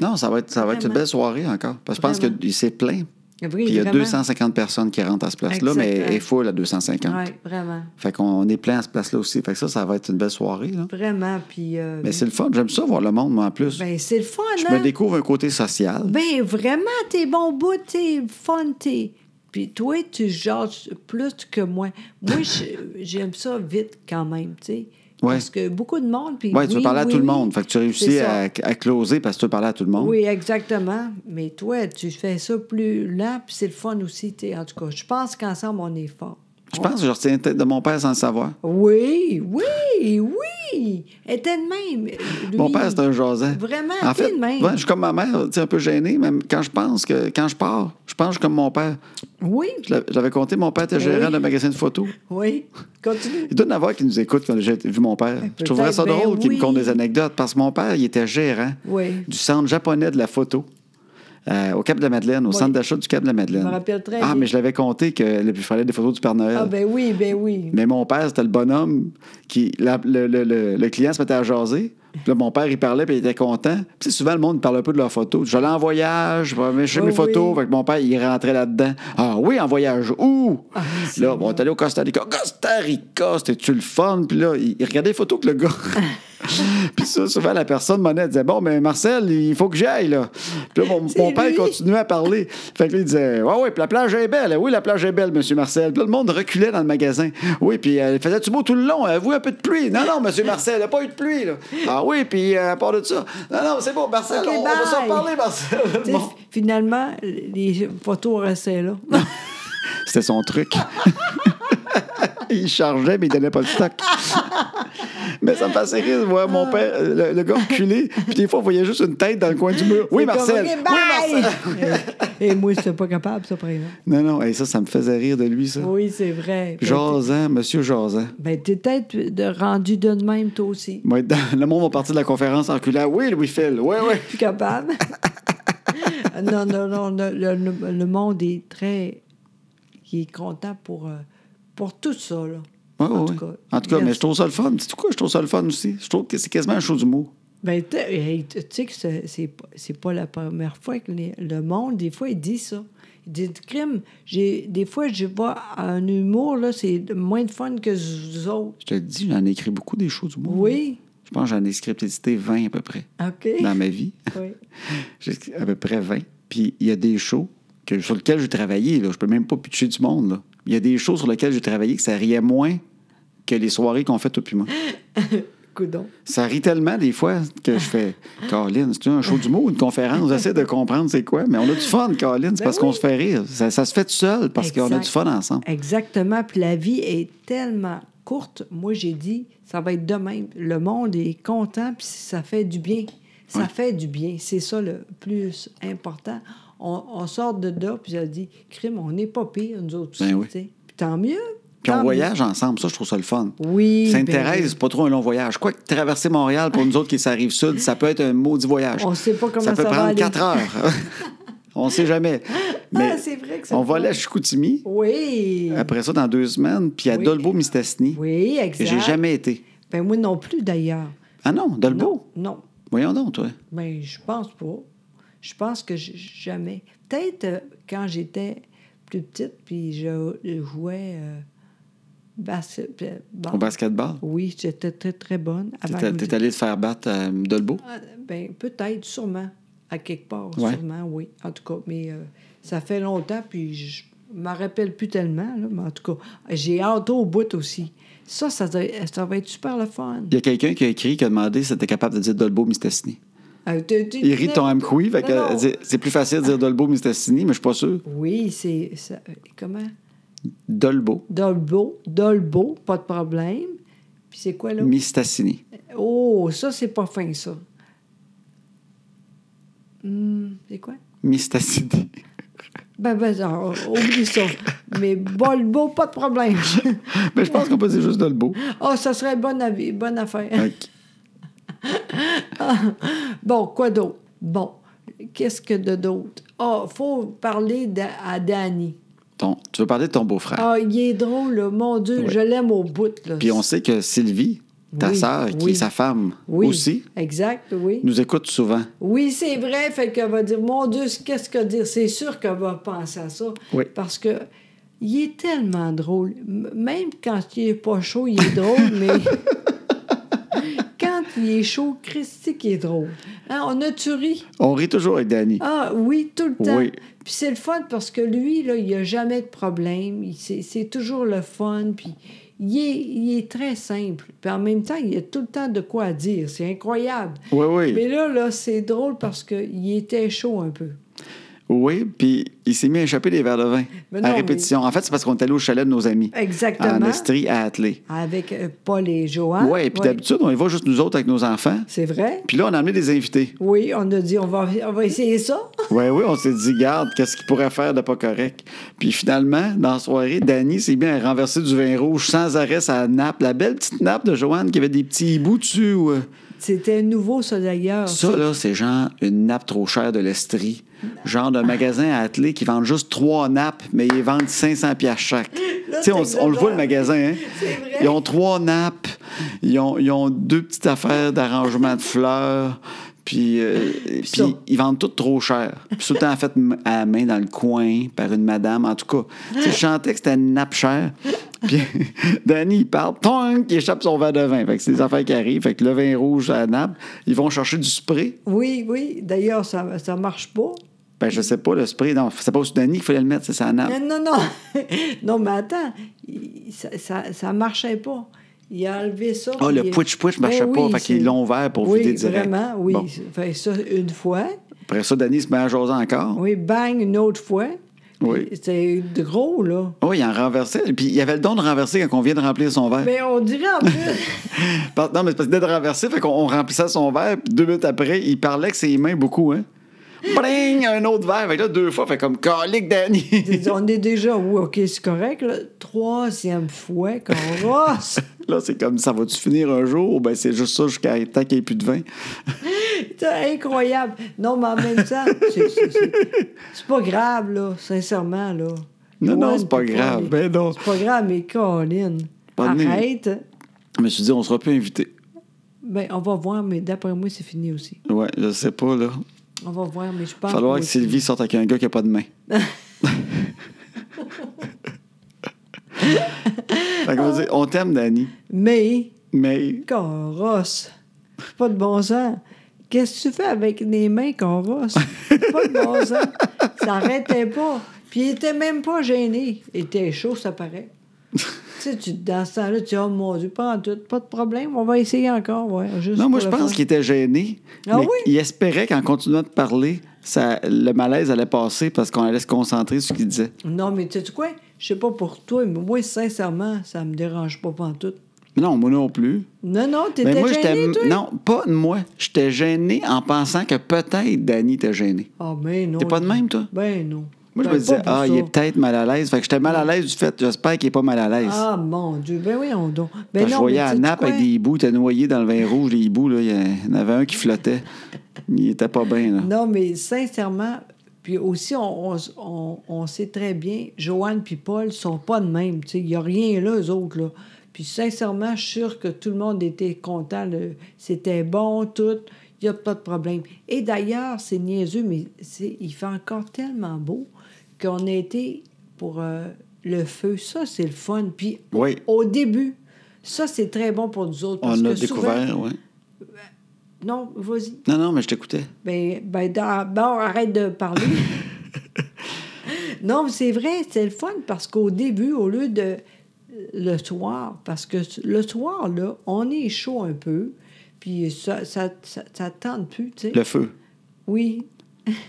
A: Non, ça va être, ça va être une
B: Vraiment.
A: belle soirée encore. Parce que je pense
B: Vraiment.
A: qu'il s'est plein.
B: Oui,
A: Puis il y a
B: vraiment.
A: 250 personnes qui rentrent à cette place-là, mais
B: Exactement.
A: elle est full à 250.
B: Oui, vraiment.
A: Fait qu'on est plein à cette place-là aussi. Fait que ça, ça va être une belle soirée. Là.
B: Vraiment. Puis, euh,
A: Mais c'est le fun. J'aime ça voir le monde, moi, en plus.
B: ben, c'est le fun,
A: je
B: hein?
A: me découvre un côté social.
B: Ben, vraiment, t'es bon bout, t'es fun, t'es. Puis toi, tu jases plus que moi. Moi, je- j'aime ça vite quand même, tu sais.
A: Ouais.
B: Parce que beaucoup de monde. puis
A: Ouais, tu veux
B: oui,
A: parler à
B: oui,
A: tout le
B: oui.
A: monde. Fait que tu réussis
B: C'est ça.
A: à, à closer parce que tu veux parler à tout le monde.
B: Oui, exactement. Mais toi, tu fais ça plus lent, puis c'est le fun aussi. t'es- En tout cas, je pense qu'ensemble, on est fort.
A: Je pense que je retiens tête de mon père sans le savoir.
B: Oui, oui, oui. Elle était de même. lui.
A: Mon père, c'est un jasant.
B: Vraiment,
A: en
B: t'es
A: fait,
B: de même.
A: ouais, je suis comme ma mère, tu sais, un peu gêné, même quand je pense que quand je pars, je pense que je suis comme mon père.
B: Oui,
A: Je l'avais- J'avais compté, mon père était gérant
B: Ben oui.
A: d'un magasin de photos.
B: oui. Continue.
A: Il doit y en avoir qui nous écoutent quand j'ai vu mon père. Je trouverais ça
B: peut-être,
A: drôle
B: ben
A: qu'il me conte
B: oui.
A: des anecdotes parce que mon père, il était gérant
B: Oui.
A: du centre japonais de la photo euh, au Cap de la Madeleine, au
B: Oui.
A: centre d'achat du Cap de la Madeleine.
B: Je me rappelle très
A: Ah,
B: bien.
A: mais je l'avais compté qu'il fallait des photos du Père Noël.
B: Ah, ben oui, ben oui.
A: Mais mon père, c'était le bonhomme qui. la- le, le- le- le client se mettait à jaser. Puis là, mon père, il parlait, puis il était content. Puis tu sais, souvent, le monde parle un peu de leurs photos. Je l'ai en voyage, je vais chez
B: Oui,
A: mes photos.
B: oui.
A: Fait que mon père, il rentrait là-dedans. Ah oui, en voyage où?
B: Ah, c'est
A: là, bon, on est allé au Costa Rica. Costa Rica, c'était-tu le fun? Puis là, il, il regardait les photos que le gars. puis ça, souvent, la personne monnaie disait Bon, mais Marcel, il faut que j'aille, là. Puis là, mon,
B: C'est
A: mon père, il
B: lui.
A: continue continuait à parler. Fait que lui, il disait Ouais, ouais, puis la plage est belle. Oui, la plage est belle, monsieur Marcel. Puis là, le monde reculait dans le magasin. Oui, puis elle faisait du beau tout le long. Avouez un peu de pluie. Non, non, monsieur Marcel, il n'y a pas eu de pluie. Là. Ah oui, puis euh, à part de ça. Non, non, c'est bon, Marcel,
B: Ok,
A: on, on va s'en
B: bye.
A: reparler, Marcel.
B: Tu sais,
A: Bon.
B: f- Finalement, les photos restaient là.
A: C'était son truc. il chargeait, mais il donnait pas le stock. Mais ça me passait rire de voir mon père, euh, le, le gars reculer, puis des fois, on voyait juste une tête dans le coin du mur. Oui,
B: C'est comme,
A: Marcel.
B: OK,
A: oui,
B: bye!
A: Marcel.
B: Et moi, je pas capable, ça, par exemple.
A: Non, non, et ça, ça me faisait rire de lui, ça.
B: Oui, c'est vrai.
A: Jasan, monsieur Jasan.
B: Ben, t'es peut-être de- rendu de même, toi aussi.
A: Ouais, dans- le monde va partir de la conférence en reculant. Oui, Louis Phil, oui, oui.
B: Plus capable. non, non, non. Le, le- le monde est très. Il est content pour, euh, pour tout ça, là.
A: Ouais,
B: en,
A: ouais,
B: tout
A: ouais.
B: cas,
A: en tout cas, mais
B: merci.
A: je trouve ça le fun. Tu sais quoi, je trouve ça le fun aussi. Je trouve que c'est quasiment un show d'humour.
B: Ben, t'es- hey, tu sais que c'est- c'est pas- c'est pas la première fois que les- le monde, des fois, il dit ça. Il dit crime. j'ai- Des fois, je vois un humour, là, c'est moins de fun que vous autres.
A: Je te le dis, j'en ai écrit beaucoup des shows d'humour.
B: Oui.
A: Je pense que j'en ai scriptité 20 à peu près
B: OK.
A: dans ma vie.
B: Oui.
A: J'ai écrit à peu près 20. Puis il y a des shows que, sur lesquels j'ai travaillé. Là. Je peux même pas pitcher du monde. là. Il y a des shows sur lesquels j'ai travaillé que ça riait moins que les soirées qu'on fait depuis moi.
B: Coudon.
A: Ça rit tellement des fois que je fais Colin, c'est un show d'humour, une conférence, j'essaie de comprendre c'est quoi, mais on a du fun, Colin, c'est
B: Ben
A: parce qu'on
B: oui.
A: se fait rire. Ça, ça se fait tout seul parce qu'on a
B: Exact.
A: du fun ensemble.
B: Exactement. Puis la vie est tellement courte. Moi, j'ai dit, ça va être de même. Le monde est content, puis ça fait du bien. Ça
A: Ouais.
B: fait du bien. C'est ça le plus important. On, on sort de là, puis on dit, crime, on n'est pas pire, nous autres
A: Ben
B: aussi.
A: oui.
B: tu sais. Puis tant mieux.
A: Puis
B: tant
A: on
B: mieux.
A: voyage ensemble, ça, je trouve ça le fun.
B: Oui.
A: Sainte-Thérèse,
B: ben oui.
A: c'est pas trop un long voyage. Quoi que traverser Montréal pour nous autres qui s'arrive sud, ça peut être un maudit voyage.
B: On sait pas comment
A: Ça peut
B: ça va
A: prendre
B: aller.
A: quatre heures. on sait jamais. Mais
B: Ah, c'est vrai que ça
A: on
B: peut-
A: va aller à Chicoutimi,
B: Oui.
A: après ça dans deux semaines, puis à
B: Oui.
A: Dolbeau-Mistassini.
B: Oui,
A: que
B: exact.
A: J'ai jamais été.
B: Ben moi non plus, d'ailleurs.
A: Ah non, Dolbeau?
B: Non.
A: Voyons donc, toi.
B: Ben, je pense pas. Je pense que j- jamais. Peut-être euh, quand j'étais plus petite, puis je je jouais euh, basket. euh, bon.
A: Au basketball.
B: Oui, j'étais très, très bonne. Avant
A: T'es
B: que-
A: t'es allé te faire battre euh, à Dolbeau?
B: Ah, Ben, peut-être, sûrement. À quelque part,
A: Ouais.
B: sûrement, oui. En tout cas, mais euh, ça fait longtemps, puis je m'en rappelle plus tellement, là, mais en tout cas, j'ai hâte au bout aussi. Ça, ça, doit- euh, ça va être super le fun.
A: Il y a quelqu'un qui a écrit, qui a demandé si t'étais capable de dire Dolbo Mistassini.
B: Ah, tu- tu-
A: Il rit de ton amkoui, fait
B: Non,
A: que, euh,
B: non.
A: elle dit, c'est plus facile de dire Dolbo Mistassini, mais je suis pas sûr.
B: Oui, c'est. ça- euh, Comment?
A: Dolbo,
B: Dolbo, Dolbo, pas de problème. Puis c'est quoi là?
A: Mistassini.
B: Oh, ça, c'est pas fin, ça. Hum, c'est quoi?
A: Mistassini.
B: Ben, ben, non, oublie ça. Mais Bolbo, pas de problème.
A: Mais je pense qu'on peut dire juste Dolbo.
B: oh, ça serait bonne, avis- bonne affaire.
A: Ok.
B: Bon, quoi d'autre? Bon, qu'est-ce que de d'autre? Ah, faut parler de- à Danny.
A: Ton- tu veux parler de ton beau-frère.
B: Ah, il est drôle, là. mon Dieu,
A: Ouais.
B: je l'aime au bout. Là.
A: Puis on sait que Sylvie, ta
B: Oui,
A: sœur, qui
B: oui.
A: est sa femme
B: oui,
A: aussi,
B: Exact, oui.
A: nous écoute souvent.
B: Oui, c'est vrai, fait qu'elle va dire, mon Dieu, qu'est-ce qu'elle va dire? C'est sûr qu'elle va penser à ça.
A: Oui.
B: Parce que il est tellement drôle. M- Même quand il est pas chaud, il est drôle, mais... Quand il est chaud, Christy qui est drôle. Hein, on a tu ri?
A: On rit toujours avec Danny.
B: Ah oui, tout le temps.
A: Oui.
B: Puis c'est le fun parce que lui, là, il n'y a jamais de problème. Il- C'est c'est toujours le fun. Puis il est, il est très simple. Puis en même temps, il y a tout le temps de quoi à dire. C'est incroyable.
A: Oui, oui.
B: Mais là, là c'est drôle parce qu'il était chaud un peu.
A: Oui, puis il s'est mis à échapper des verres de vin
B: Mais
A: à
B: non,
A: répétition. En fait, c'est parce qu'on est allé au chalet de nos amis.
B: Exactement.
A: En Estrie, à Attelé.
B: Avec euh, Paul et Johan.
A: oui, puis d'habitude, on y va juste nous autres avec nos enfants.
B: C'est vrai?
A: Puis là, on a amené des invités.
B: Oui, on a dit, on va, on va essayer ça.
A: Oui, oui, on s'est dit, garde, qu'est-ce qu'il pourrait faire de pas correct? Puis finalement, dans la soirée, Danny s'est bien renversé du vin rouge sans arrêt sa nappe, la belle petite nappe de Joanne qui avait des petits hiboux dessus. ou, euh,
B: C'était nouveau, ça, d'ailleurs.
A: Ça, là, c'est genre une nappe trop chère de l'Estrie. Genre de magasin à attelé qui vendent juste trois nappes, mais ils vendent 500 pièces chaque. Tu sais, on,
B: c'est
A: on le voit,
B: exagéré.
A: le magasin. Hein?
B: vrai.
A: Ils ont trois nappes, ils ont, ils ont deux petites affaires d'arrangement de fleurs, puis, euh,
B: ça.
A: puis ils vendent tout trop cher. Puis tout le temps fait m- à la main dans le coin par une madame, en tout cas. Tu sais, je chantais que c'était une nappe chère. Puis Danny, il parle, tong, il échappe son verre de vin. Fait que c'est des affaires qui arrivent. Fait que le vin rouge à la nappe, ils vont chercher du spray.
B: Oui, oui. D'ailleurs, ça ne marche pas.
A: Ben, je sais pas, le spray, non, c'est pas au Danny qu'il fallait le mettre, c'est sa nappe.
B: Non, non, non. non, mais attends, il- ça, ça, ça marchait pas. Il a enlevé ça.
A: Ah, le
B: pouch
A: pouitch-pouitch marchait pas, fait qu'ils l'ont ouvert pour vider direct.
B: Vraiment, oui.
A: Bon.
B: Fait ça une fois,
A: Après ça, Danny se met à jaser encore.
B: oui, bang, une autre fois.
A: Oui.
B: Puis C'est gros, là.
A: Oui, il en renversait. Et Puis il avait le don de renverser quand on vient de remplir son verre.
B: Mais on dirait en plus.
A: Par- Non, mais c'est parce qu'il venait de renverser, fait qu'on on remplissait son verre, puis deux minutes après, il parlait avec ses mains beaucoup, hein. Bring! Un autre verre. Fait que là, deux fois, fait comme calique, Danny.
B: on est déjà, oui, OK, c'est correct. là. Troisième fois qu'on rosse.
A: là, c'est comme ça va-tu finir un jour? Ben, c'est juste ça jusqu'à tant qu'il n'y ait plus de vin.
B: C'est incroyable. Non, mais en même temps, c'est- c'est c'est- c'est pas grave, là, sincèrement, là.
A: Non, non,
B: Joanne,
A: c'est pas
B: puis
A: grave.
B: Paul,
A: Ben non.
B: C'est pas grave, mais Colin,
A: Pas de mérite.
B: arrête.
A: Je me suis dit, on sera plus invité.
B: Ben, on va voir, mais d'après moi, c'est fini aussi.
A: Ouais, je sais pas, là.
B: On va voir, mais je pense...
A: Falloir que
B: Ah, aussi.
A: Sylvie sorte avec un gars qui a pas de main. fait qu'on va dire, on t'aime, Danny,
B: Mais,
A: mais
B: qu'on rosse. C'est pas de bon sens. Qu'est-ce que tu fais avec les mains qu'on rosse? C'est pas de bon sens. Ça arrêtait pas. Puis il était même pas gêné. Il était chaud, ça paraît. Tu sais, tu, dans ce temps-là, tu dis, oh mon Dieu, pas en tout, pas de problème, on va essayer encore. Ouais, juste
A: Non, moi, je
B: pour le
A: pense
B: fun.
A: qu'il était gêné.
B: Ah
A: mais
B: oui?
A: Il espérait qu'en continuant de parler, ça, le malaise allait passer parce qu'on allait se concentrer sur ce qu'il disait.
B: Non, mais tu sais quoi? Je sais pas pour toi, mais moi, sincèrement, ça me dérange pas en tout.
A: Mais non, moi non plus.
B: Non, non,
A: Mais
B: t'étais
A: Ben, moi,
B: gêné, toi?
A: j'étais. Non, pas de moi. J'étais gêné en pensant que peut-être Danny était gêné.
B: Ah, ben non.
A: T'es pas de même, toi?
B: Ben non.
A: Moi, je
B: Ben,
A: me disais,
B: pas pour
A: ah, il
B: ça.
A: est peut-être mal à l'aise. Fait que j'étais mal à l'aise du fait, j'espère qu'il est pas mal à l'aise.
B: Ah, mon Dieu. Ben oui, on donc. Ben
A: Quand je voyais à
B: tu sais-tu
A: nappe avec
B: quoi?
A: des hiboux, il était noyé dans le vin rouge, les hiboux, là. Il y a- il y en avait un qui flottait. Il était pas bien, là.
B: Non, mais sincèrement, puis aussi, on, on- on- on sait très bien, Joanne puis Paul sont pas de même. Il n'y a rien là, eux autres. Là. Puis sincèrement, je suis sûre que tout le monde était content. là. C'était bon, tout. Il n'y a pas de problème. Et d'ailleurs, c'est niaiseux, mais c'est- il fait encore tellement beau qu'on a été pour euh, le feu. Ça, c'est le fun. Puis
A: Oui.
B: au début, ça, c'est très bon pour nous autres. parce
A: On a
B: que souvent-
A: découvert, oui.
B: Non, vas-y.
A: Non, non, mais je t'écoutais.
B: Ben, ben dans- bon, arrête de parler. non, mais c'est vrai, c'est le fun parce qu'au début, au lieu de le soir, parce que le soir, là, on est chaud un peu, puis ça, ça, ça, ça tente plus, tu sais.
A: Le feu.
B: Oui,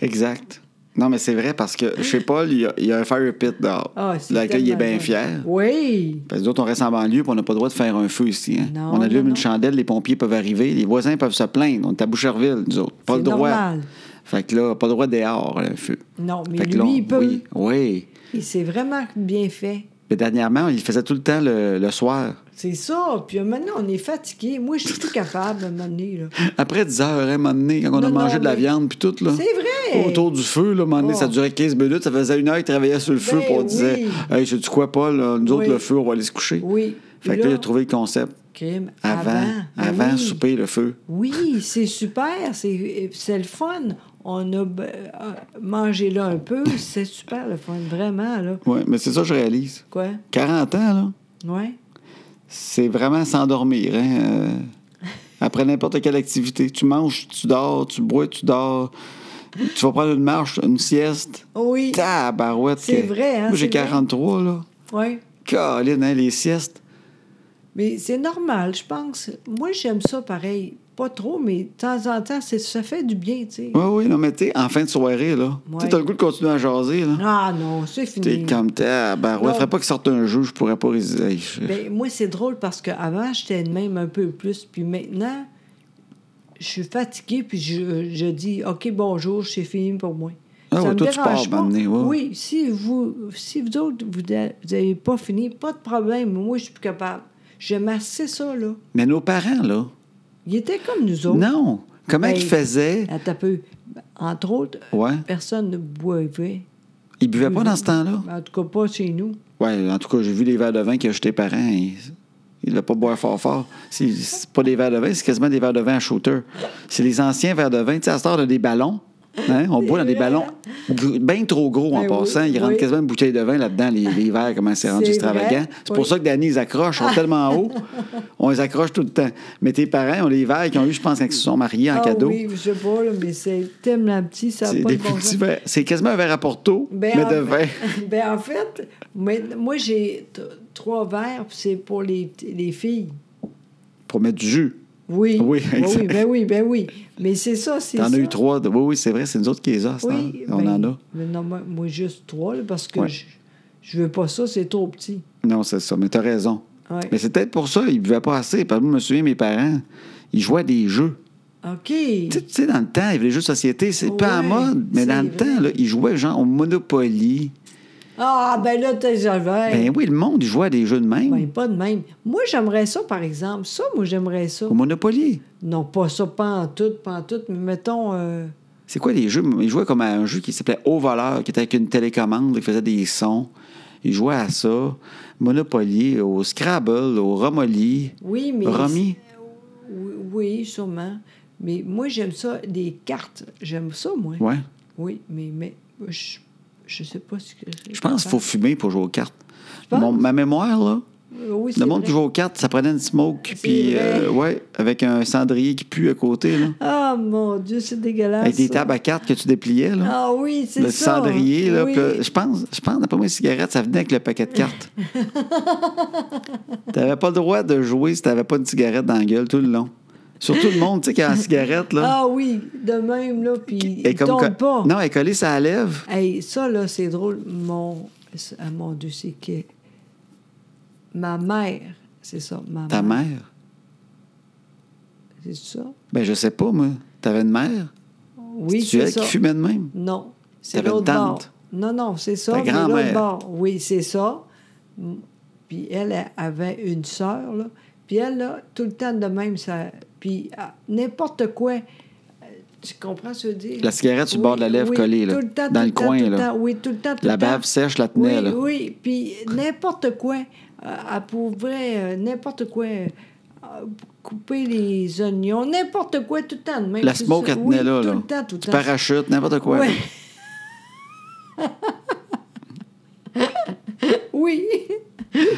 A: Exact. Non, mais c'est vrai parce que chez Paul, il y a, il y a un fire pit dehors.
B: Ah, c'est
A: Lequel il est
B: tellement
A: bien
B: bon.
A: fier.
B: Oui.
A: Parce que nous autres, on reste en banlieue et on n'a pas le droit de faire un feu ici. hein.
B: Non,
A: on allume
B: non, non.
A: une chandelle, les pompiers peuvent arriver, les voisins peuvent se plaindre. On est à Boucherville, nous autres. Pas
B: C'est
A: le droit.
B: normal.
A: Fait que là, pas le droit dehors, le feu.
B: Non, mais
A: Fait que
B: lui,
A: là, on-
B: il peut.
A: Oui, oui.
B: Et c'est vraiment bien fait.
A: Mais dernièrement, il faisait tout le temps le, le soir.
B: C'est ça. Puis maintenant, on est fatigué. Moi, je suis plus capable à un moment donné. là.
A: Après 10 heures, hein, un moment donné, quand on a
B: Non,
A: mangé
B: non,
A: de la
B: mais-
A: viande, puis tout, là.
B: C'est vrai!
A: Autour du feu, là, un moment donné,
B: Oh.
A: ça durait 15 minutes, ça faisait une heure, il travaillait sur le feu,
B: Ben
A: puis on disait,
B: oui.
A: hey, sais-tu quoi, Paul, là, nous autres,
B: Oui.
A: le feu, on va aller se coucher.
B: Oui.
A: Fait que là, il a trouvé le concept.
B: crime
A: Avant, avant,
B: Mais oui.
A: souper, le feu.
B: Oui, c'est super. C'est c'est le fun. On a b- euh, mangé là un peu. C'est super le fun. Vraiment, là.
A: Ouais, mais c'est ça que je réalise.
B: Quoi?
A: 40 ans, là,
B: Ouais.
A: c'est vraiment s'endormir. hein, euh, après n'importe quelle activité. Tu manges, tu dors, tu bois, tu dors. Tu vas prendre une marche, une sieste.
B: Oui.
A: Tabarouette.
B: C'est
A: que-
B: vrai, hein,
A: Moi, j'ai
B: c'est vrai.
A: 43, là.
B: Oui.
A: Caline, hein, les siestes.
B: Mais c'est normal, je pense. Moi, j'aime ça pareil. Pas trop, mais de temps en temps, c'est- ça fait du bien, tu sais.
A: Oui, oui, non, mais tu sais, en fin de soirée, là.
B: Ouais.
A: Tu as le goût de continuer à jaser, là.
B: Ah non, c'est
A: T'es
B: fini.
A: comme tabarouette.
B: Non.
A: Faudrait pas qu'il sorte un jeu, je pourrais pas résister. Hey, je-
B: Ben, moi, c'est drôle parce qu'avant, j'étais de même un peu plus. Puis maintenant, je suis fatiguée, puis je, je dis OK, bonjour, c'est fini pour moi.
A: Ah ouais,
B: me
A: toi, tu
B: dérange
A: pars, m'amener, ouais.
B: Oui, si vous, si vous autres, vous n'avez pas fini, pas de problème. Moi, je suis plus capable. J'aime assez ça, là.
A: Mais nos parents, là.
B: Ils étaient comme nous autres.
A: Non. Comment
B: Ben,
A: ils faisaient?
B: Attends un peu. Entre autres,
A: Ouais.
B: personne ne buvait.
A: Ils buvaient
B: mm.
A: pas dans ce temps-là.
B: En tout cas, pas chez nous.
A: Ouais, en tout cas, j'ai vu les verres de vin qu'il a jeté parents. Ils ne l'ont pas boire fort fort. C'est c'est pas des verres de vin, c'est quasiment des verres de vin à shooter. C'est les anciens verres de vin. Tu sais, à ce de des ballons. Hein? On boit dans des ballons bien trop gros en
B: Ben oui,
A: passant. Ils rentrent
B: oui.
A: quasiment une bouteille de vin là-dedans, les, les verres, comment c'est rendu
B: C'est
A: extravagant.
B: vrai,
A: C'est pour
B: oui.
A: ça que Danny, ils accrochent. Ils sont tellement hauts, on les accroche tout le temps. Mais tes parents ont les verres qu'ils ont eu, je pense, quand ils se sont mariés en
B: ah
A: cadeau.
B: oui, je sais pas, là, mais c'est tellement petit, ça n'a
A: C'est
B: pas
A: des
B: de
A: plus
B: bon sens.
A: petits verres. C'est quasiment un verre à Porto,
B: Ben,
A: mais
B: en-
A: de vin.
B: ben, en fait, mais- moi, j'ai t- trois verres, puis c'est pour les, petits- les filles.
A: Pour mettre du jus.
B: Oui.
A: Oui,
B: Ben
A: exact.
B: oui, ben oui, ben oui. Mais c'est ça, c'est ça.
A: T'en as eu trois. de- Oui, oui, c'est vrai, c'est nous autres qui les a. c'est
B: Oui.
A: ça. On
B: ben,
A: en a.
B: mais non, moi, moi, juste trois, là, parce que
A: Ouais.
B: je, je veux pas ça, c'est trop petit.
A: Non, c'est ça, mais t'as raison.
B: Ouais.
A: Mais c'est peut-être pour ça, ils buvaient pas assez. Parce que moi, je me souviens, mes parents, ils jouaient à des jeux.
B: OK.
A: Tu sais- tu sais, dans le temps, il y avait les jeux de société, c'est pas en
B: Ouais,
A: mode, mais
B: c'est
A: dans le
B: vrai.
A: temps, là, ils jouaient genre au Monopoly.
B: Ah, ben là, t'es jamais.
A: Ben oui, le monde, ils jouaient à des jeux de même.
B: Ben, pas de même. Moi, j'aimerais ça, par exemple. Ça, moi, j'aimerais ça.
A: Au Monopoly.
B: Non, pas ça, pas en tout, pas en tout, mais mettons... euh,
A: C'est quoi les jeux? Ils jouaient comme à un jeu qui s'appelait Au voleur, qui était avec une télécommande, qui faisait des sons. Ils jouaient à ça. Monopoly, au Scrabble, au Romoli.
B: Oui, mais...
A: Romy?
B: Oui, oui, sûrement. Mais moi, j'aime ça, des cartes. J'aime ça, moi.
A: Ouais.
B: Oui, mais, mais je, je sais pas ce que...
A: Je pense qu'il faut fumer pour jouer aux cartes.
B: penses?
A: Mon- ma mémoire, là,
B: Euh, Oui,
A: le
B: c'est
A: monde
B: vrai.
A: qui joue aux cartes, ça prenait une smoke,
B: C'est
A: puis,
B: vrai.
A: euh, ouais, avec un cendrier qui pue à côté, là,
B: Ah, mon Dieu, c'est dégueulasse.
A: avec des
B: Ah, ça.
A: tables à cartes que tu dépliais, là.
B: Ah oui, c'est
A: Le
B: ça.
A: cendrier, là,
B: Oui.
A: puis là, je pense, je pense, d'après moi, les cigarettes, ça venait avec le paquet de cartes. t'avais pas le droit de jouer si t'avais pas une cigarette dans la gueule tout le long. Surtout le monde, tu sais, qui a une cigarette, là.
B: Ah oui, de même, là, puis
A: elle est
B: il
A: comme
B: tombe
A: co-
B: pas.
A: Non, elle est collée sur la lèvre.
B: Hey, ça, là, c'est drôle. Mon... Ah, mon Dieu, c'est que... Ma mère, c'est ça, ma
A: Ta
B: mère.
A: mère?
B: C'est ça?
A: Ben, je sais pas, moi. T'avais une mère?
B: Oui,
A: tu
B: c'est
A: elle
B: ça.
A: qui fumait de même?
B: Non, c'est
A: T'avais une
B: l'autre bord.
A: tante.
B: Non, non, c'est ça.
A: Ta
B: mais l'autre
A: grand-mère.
B: bord. Oui, c'est ça. Mm. Puis elle elle avait une sœur, là. Puis elle, là, tout le temps de même, ça... Puis ah, n'importe quoi... Euh, Tu comprends ce que je veux dire?
A: La cigarette sur le bord de la lèvre collée, là,
B: Tout le temps,
A: dans
B: tout
A: le
B: temps,
A: coin,
B: tout le
A: là.
B: temps. oui, tout le temps, tout
A: La
B: le temps.
A: bave sèche la tenait,
B: Oui,
A: là.
B: oui, puis n'importe quoi. Euh, elle pouvait, euh, n'importe quoi, euh, couper les oignons, n'importe quoi, tout le temps. de Même
A: La
B: C'est
A: smoke,
B: ça.
A: elle tenait
B: Oui,
A: là.
B: Tout
A: là.
B: le temps, tout le
A: du
B: temps.
A: parachute, n'importe quoi.
B: Ouais. oui,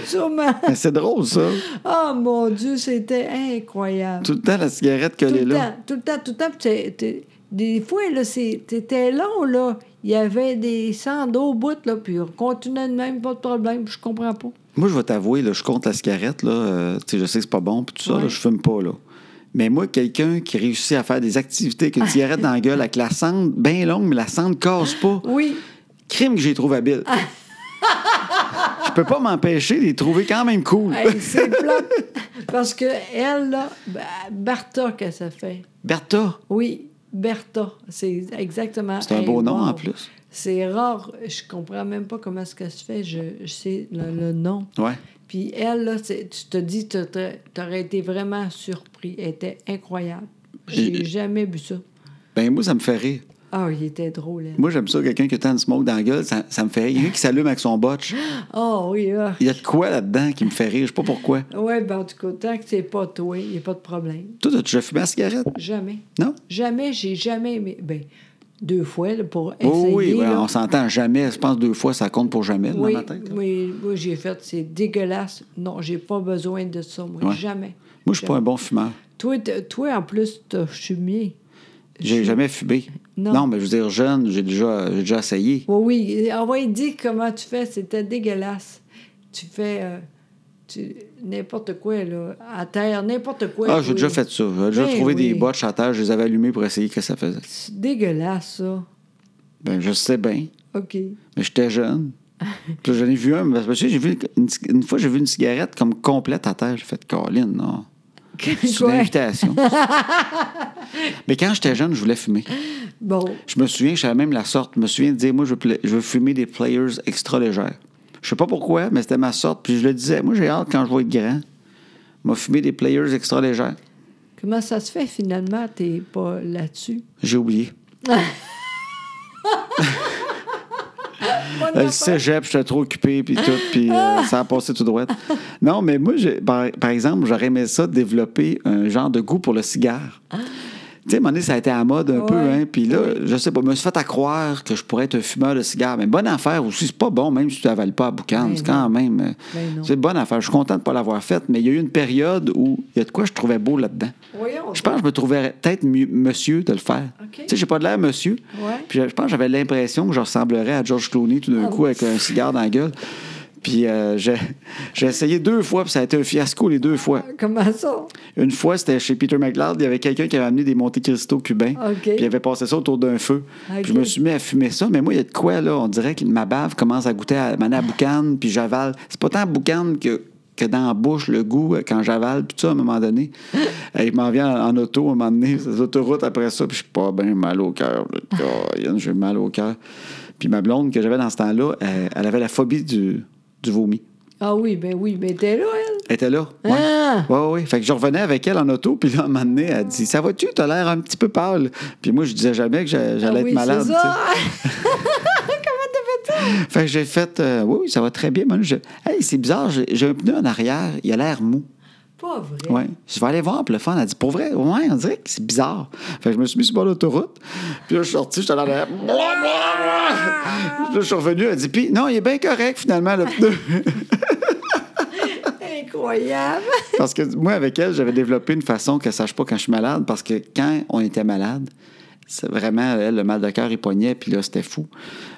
B: sûrement.
A: Mais c'est drôle, ça.
B: Oh mon Dieu, c'était incroyable.
A: Tout le temps, la cigarette
B: Tout
A: collée
B: le
A: là.
B: temps, tout le temps, tout le temps. puis t'es- t'es- des fois, là, c'est- c'était long, là. Il y avait des d'eau au bout, là, puis on continuait de même, pas de problème, je comprends pas.
A: Moi, je vais t'avouer, là, je compte la cigarette. Là, euh, tu sais, je sais que c'est pas bon, puis tout ça,
B: Ouais.
A: là, je fume pas. là. Mais moi, quelqu'un qui réussit à faire des activités qu'une cigarette dans la gueule avec la cendre bien longue, mais la cendre casse pas.
B: Oui.
A: Crime que j'ai trouvé habile. Je peux pas m'empêcher de les trouver quand même cool.
B: Hey, c'est plate. Parce que elle, là, Ba- Barta, que ça fait.
A: Bertha,
B: Oui, Bertha. C'est exactement.
A: c'est un beau
B: hey,
A: nom
B: wow.
A: en plus.
B: C'est rare. Je comprends même pas comment ce que je fais. Je, je sais le, le nom.
A: Ouais.
B: Puis elle, là, c'est- tu te dis, tu aurais été vraiment surpris. Elle était incroyable. J'ai
A: Et-
B: jamais bu ça.
A: Ben moi, ça me fait rire.
B: Ah, il était drôle. elle.
A: Moi, j'aime ça, quelqu'un qui a tant de smoke dans la gueule, ça, ça me fait rire. Quelqu'un qui s'allume avec son botch.
B: Ah oui, là.
A: Il y a de quoi là-dedans qui me fait rire, je sais pas pourquoi.
B: Oui, ben en tout cas, tant que c'est pas toi, il n'y a pas de problème.
A: Toi, as-tu déjà fumé la cigarette?
B: Jamais.
A: Non?
B: Jamais, j'ai jamais aimé. Ben, deux fois là, pour essayer.
A: Oh oui, ouais,
B: là.
A: on s'entend jamais. Je pense deux fois, ça compte pour jamais dans
B: oui,
A: ma tête. là.
B: oui, oui, j'ai fait. C'est dégueulasse. Non, j'ai pas besoin de ça, moi.
A: Ouais.
B: Jamais.
A: Moi, je suis pas un
B: Jamais.
A: bon fumeur.
B: Toi, t- toi, en plus, t'as fumier.
A: J'ai jamais fumé.
B: Non.
A: mais je veux dire, jeune, j'ai déjà, j'ai déjà essayé.
B: Oui, oui. Ah ouais, dis comment tu fais. C'était dégueulasse. Tu fais euh, tu, n'importe quoi, là. À terre, n'importe quoi.
A: ah, j'ai
B: oui.
A: déjà fait ça. J'ai déjà
B: Ben
A: trouvé des
B: oui.
A: botches à terre, je les avais allumées pour essayer ce que ça faisait.
B: C'est dégueulasse, ça.
A: Ben, je sais bien,
B: OK.
A: mais j'étais jeune. Puis j'en ai vu un, parce que j'ai vu une, une fois, j'ai vu une cigarette comme complète à terre. J'ai fait Colin, non. C'est une
B: Quoi?
A: invitation. mais quand j'étais jeune, je voulais fumer.
B: Bon.
A: Je me souviens, je savais même la sorte. Je me souviens de dire, moi, je veux, pla- je veux fumer des players extra légères. Je sais pas pourquoi, mais c'était ma sorte. Puis je le disais, moi, j'ai hâte quand je vais être grand. M'a fumé des players extra légères.
B: Comment ça se fait finalement, t'es pas là-dessus?
A: J'ai oublié.
B: Bonne
A: Euh, Le
B: affaire.
A: cégep, j'étais trop occupé, puis tout, puis euh, ça a passé tout droit. Non, mais moi, j'ai- par, par exemple, j'aurais aimé ça développer un genre de goût pour le cigare. Tu sais, à un moment donné, ça a été à la mode un peu,
B: Ah. Ouais.
A: hein. Puis là, je sais pas, je me suis fait à croire que je pourrais être un fumeur de cigare. Mais bonne affaire aussi, c'est pas bon, même si tu avales pas à boucan.
B: Ben
A: C'est quand même. euh,
B: Ben non.
A: c'est une bonne affaire. Je suis content de ne pas l'avoir faite, mais il y a eu une période où il y a de quoi je trouvais beau là-dedans.
B: Voyons.
A: Je pense que je me trouvais peut-être mieux- monsieur de le faire.
B: OK.
A: Tu sais, j'ai pas de l'air monsieur.
B: Ouais.
A: Puis je je pense que j'avais l'impression que je ressemblerais à George Clooney tout d'un
B: Ah
A: coup
B: bon?
A: avec un cigare dans la gueule. Puis euh, j'ai j'ai essayé deux fois, puis ça a été un fiasco les deux fois.
B: Comment ça?
A: Une fois, c'était chez Peter McLeod, il y avait quelqu'un qui avait amené des Monte Cristo cubains.
B: OK.
A: Puis il avait passé ça autour d'un feu.
B: OK.
A: Puis je me suis mis à fumer ça, mais moi, il y a de quoi, là? On dirait que ma bave commence à goûter à, m'en à boucane, puis j'avale. C'est pas tant boucane que, que dans la bouche, le goût, euh, quand j'avale, puis tout ça, à un moment donné. Et je m'en viens en, en auto, à un moment donné, sur les autoroutes après ça, puis je suis pas bien mal au cœur. là. Colin, J'ai mal au cœur. Puis ma blonde que j'avais dans ce temps-là, elle, elle avait la phobie du, du vomi.
B: Ah oui, ben oui, mais t'es là, elle.
A: Elle était là. Ouais.
B: Ah!
A: Ouais, ouais, ouais. Fait que je revenais avec elle en auto, puis là, à un moment donné, elle dit Ça va-tu T'as l'air un petit peu pâle. Puis moi, je disais jamais que j'a- j'allais
B: Ah
A: être
B: oui,
A: malade. tu
B: c'est
A: sais.
B: ça.
A: Fait que j'ai fait euh, Oui, oui, ça va très bien. Manu. Je- hey, c'est bizarre, j'ai j'ai un pneu en arrière, il a l'air mou.
B: Pas vrai.
A: Ouais. Je vais aller voir, puis le fun, elle dit Pour vrai, ouais, on dirait que c'est bizarre. Fait que je me suis mis sur le bord de l'autoroute, puis là, je suis sorti, j'étais allé en arrière. Blah, blah,
B: Ah!
A: blah. Puis là, je suis revenu, elle dit Puis non, il est bien correct finalement, le pneu.
B: Incroyable.
A: Parce que moi, avec elle, j'avais développé une façon qu'elle ne sache pas quand je suis malade, parce que quand on était malade, c'est vraiment, elle, le mal de cœur, il poignait, puis là, c'était fou.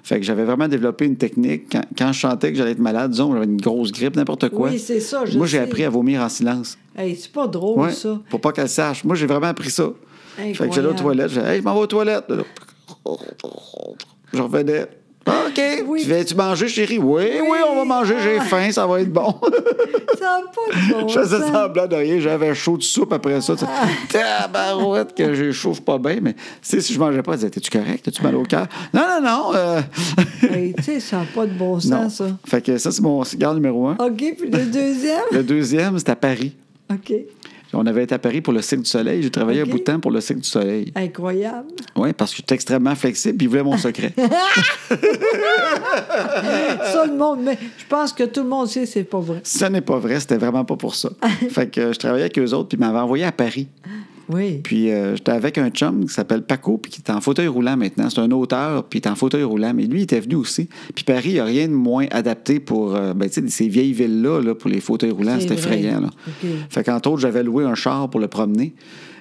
A: Fait que j'avais vraiment développé une technique. Quand, quand je chantais que j'allais être malade, disons, j'avais une grosse grippe, n'importe quoi.
B: Oui, c'est ça, je
A: Moi, j'ai
B: sais.
A: appris à vomir en silence.
B: Hey, c'est pas drôle,
A: Ouais,
B: ça.
A: Pour pas qu'elle sache. Moi, j'ai vraiment appris ça. Fait que j'allais aux
B: Incroyable.
A: toilettes, je hey, je m'en vais aux toilettes. Là, Je revenais. Ah, OK.
B: Oui. Ah.
A: Tu vas-tu manger, chérie? Oui, oui,
B: Oui.
A: on va manger, j'ai faim, ça va être bon.
B: Ça n'a pas de bon
A: Je faisais
B: sens.
A: semblant de rien. J'avais chaud de soupe après ça. tu sais.
B: Ah.
A: Tabarouette que j'ai chauffe pas bien. Mais tu sais, si je mangeais pas, elle disait T'es-tu correct T'as-tu mal au cœur Non, non, non. euh,
B: Hey, tu sais, ça n'a pas de bon sens,
A: non.
B: ça. Oh.
A: Fait que ça, c'est mon cigare numéro un.
B: OK, puis le deuxième?
A: Le deuxième, c'est à Paris.
B: OK.
A: On avait été à Paris pour le Cirque du Soleil. J'ai travaillé
B: Ok.
A: un bout de temps pour le Cirque du Soleil.
B: Incroyable.
A: Oui, parce que j'étais extrêmement flexible puis ils voulaient mon secret.
B: Ça, le monde, mais je pense que tout le monde sait que c'est pas vrai.
A: Ce n'est pas vrai, c'était vraiment pas pour ça. Fait que euh, je travaillais avec eux autres puis ils m'avaient envoyé à Paris.
B: Oui.
A: Puis euh, j'étais avec un chum qui s'appelle Paco, puis qui est en fauteuil roulant maintenant. C'est un auteur, puis il est en fauteuil roulant. Mais lui, il était venu aussi. Puis Paris, il n'y a rien de moins adapté pour euh, ben, tu sais, ces vieilles villes-là, là, pour les fauteuils roulants.
B: C'est
A: C'est
B: vrai.
A: effrayant. Là.
B: OK.
A: Fait qu'entre autres, j'avais loué un char pour le promener.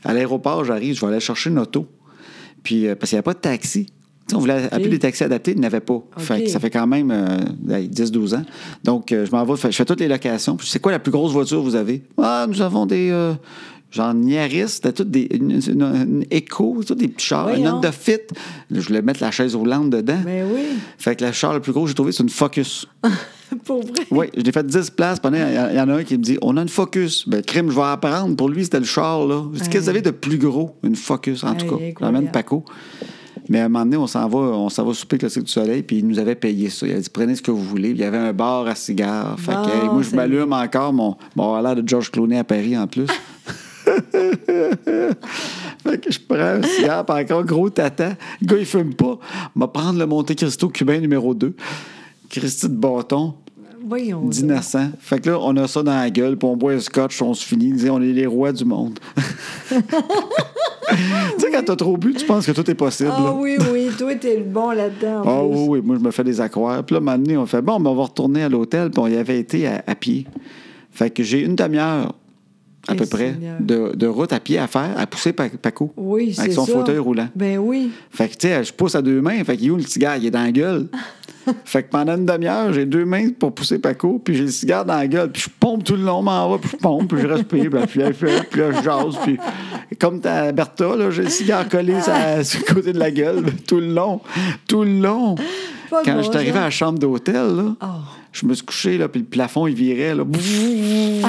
A: À l'aéroport, j'arrive, je vais aller chercher une auto. Puis, euh, parce qu'il n'y a pas de taxi. Tu sais, on voulait appeler des taxis adaptés, il n'y en avait pas. Fait
B: OK.
A: que ça fait quand même euh, hey, 10-12 ans. Donc, euh, je m'en vais, je fais toutes les locations. Puis, c'est quoi la plus grosse voiture que vous avez? Ah, nous avons des. euh, Genre Niaris, c'était tout des, une, une, une écho, tout des petits chars, une
B: Voyons.
A: note de fit. Je voulais mettre la chaise roulante dedans.
B: Mais oui,
A: Fait que le char le plus gros que j'ai trouvé, c'est une Focus.
B: pour vrai.
A: Oui, je l'ai fait 10 places. Pendant, il y en- il y en a un qui me dit On a une Focus. Ben, crime, je vais apprendre. Pour lui, c'était le char, là. Je dis, Qu'est-ce que vous avez de plus gros Une Focus, en
B: Hey,
A: tout cas.
B: incroyable.
A: J'amène Paco. Mais à un moment donné, on s'en va, on s'en va souper avec le Cirque du Soleil, puis il nous avait payé ça. Il a dit Prenez ce que vous voulez. Puis il y avait un bar à cigares. Fait que,
B: Bon,
A: hey, moi, je
B: Ah, c'est-
A: m'allume encore. Mon, mon l'air de George Clooney à Paris, en plus. Fait que je prends un cigare, puis encore gros tata. Le gars, il fume pas. On va prendre le Monte Cristo cubain numéro 2. Christy de bâton
B: Voyons. donc.
A: d'innocent. Fait que là, on a ça dans la gueule, puis on boit un scotch, on se finit, on est les rois du monde. tu sais, quand t'as trop bu, tu penses que tout est possible.
B: Ah
A: là.
B: oui, oui, toi, t'es le bon là-dedans. en
A: Ah
B: plus.
A: oui, oui, moi, je me fais des accroires. Puis là, un moment donné, on fait bon, ben, on va retourner à l'hôtel, puis on y avait été à, à pied. Fait que j'ai une demi-heure, à
B: Eh,
A: peu près,
B: Seigneur.
A: de, de route à pied à faire, à pousser Pa- Paco.
B: Oui, c'est ça.
A: Avec son fauteuil roulant.
B: Ben oui.
A: Fait que, tu sais, je pousse à deux mains. Fait qu'il est où le cigare? Il est dans la gueule. fait que pendant une demi-heure, j'ai deux mains pour pousser Paco, puis j'ai le cigare dans la gueule, puis je pompe tout le long, m'en va, puis je pompe, puis je respire, puis puis là, je fais, puis là, je jase, puis comme ta Bertha, là, j'ai le cigare collé sa- sur le côté de la gueule, tout le long, tout le long.
B: Pas
A: Quand
B: bon,
A: je suis arrivé
B: Jean.
A: à la chambre d'hôtel, là,
B: Ah.
A: je me suis couché, là, puis le plafond, il virait, là.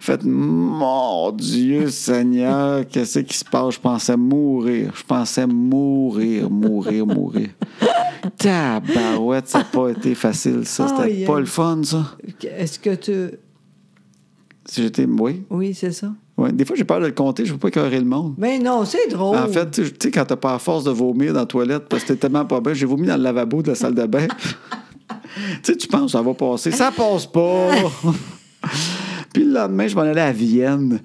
A: Fait, mon Dieu Seigneur, qu'est-ce qui se passe? Je pensais mourir. Je pensais mourir, mourir, mourir. Tabarouette, ça n'a pas été facile, ça. C'était
B: Aïe,
A: pas
B: aïe.
A: le fun, ça.
B: Est-ce que tu.
A: Si j'étais. Oui.
B: Oui, c'est ça.
A: Ouais. Des fois, j'ai peur de le compter, je veux pas écœurer le monde.
B: Mais non, c'est drôle.
A: En fait, tu sais, tu sais, quand t'as pas la force de vomir dans la toilette parce que t'es tellement pas bien, j'ai vomi dans le lavabo de la salle de bain. tu sais, tu penses, ça va passer. Ça passe pas! puis le lendemain, je m'en allais à Vienne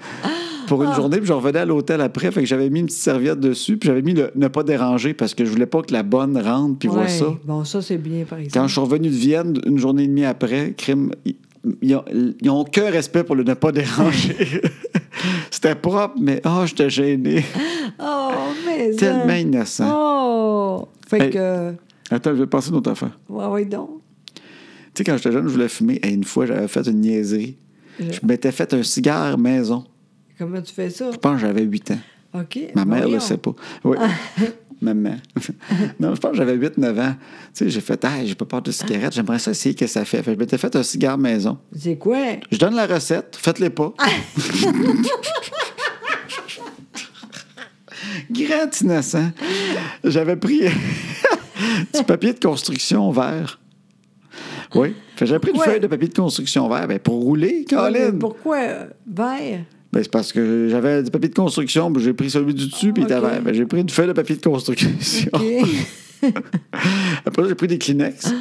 A: pour une journée, puis je revenais à l'hôtel après. Fait que j'avais mis une petite serviette dessus, puis j'avais mis le ne pas déranger parce que je voulais pas que la bonne rentre puis voit
B: Ouais.
A: ça.
B: Bon, ça, c'est bien, par exemple.
A: Quand je suis revenu de Vienne, une journée et demie après, crime, ils- ils ont, ils ont aucun respect pour le ne pas déranger. C'était propre, mais oh, j'étais gêné.
B: Oh, mais. hein.
A: Tellement innocent. Ben
B: Oh! Fait
A: Hey.
B: que.
A: Attends, je vais passer une autre affaire.
B: Ouais, ouais, donc.
A: Tu sais, quand j'étais jeune, je voulais fumer. Et une fois, j'avais fait une niaiserie.
B: Je-
A: Je m'étais fait un cigare maison.
B: Comment tu fais ça?
A: Je pense que j'avais 8 ans.
B: OK.
A: Ma mère
B: voyons.
A: le sait pas. Oui. Maman. non, je pense que j'avais 8-9 ans. Tu sais, j'ai fait, ah, j'ai pas peur de cigarette, j'aimerais ça essayer que ça fait. Fait que je m'étais fait un cigare maison.
B: C'est quoi? Ah,
A: Je donne la recette, faites-les pas. Grand innocent. J'avais pris du papier de construction vert. Oui. Fait que J'avais pris une
B: Ouais.
A: feuille de papier de construction vert ben, pour rouler, Colin.
B: Mais Pourquoi euh, vert?
A: Ben, c'est parce que j'avais du papier de construction, puis j'ai pris celui du dessus, puis il était
B: Ok.
A: vert. Ben, j'ai pris une feuille de papier de construction.
B: OK.
A: Après, j'ai pris des Kleenex.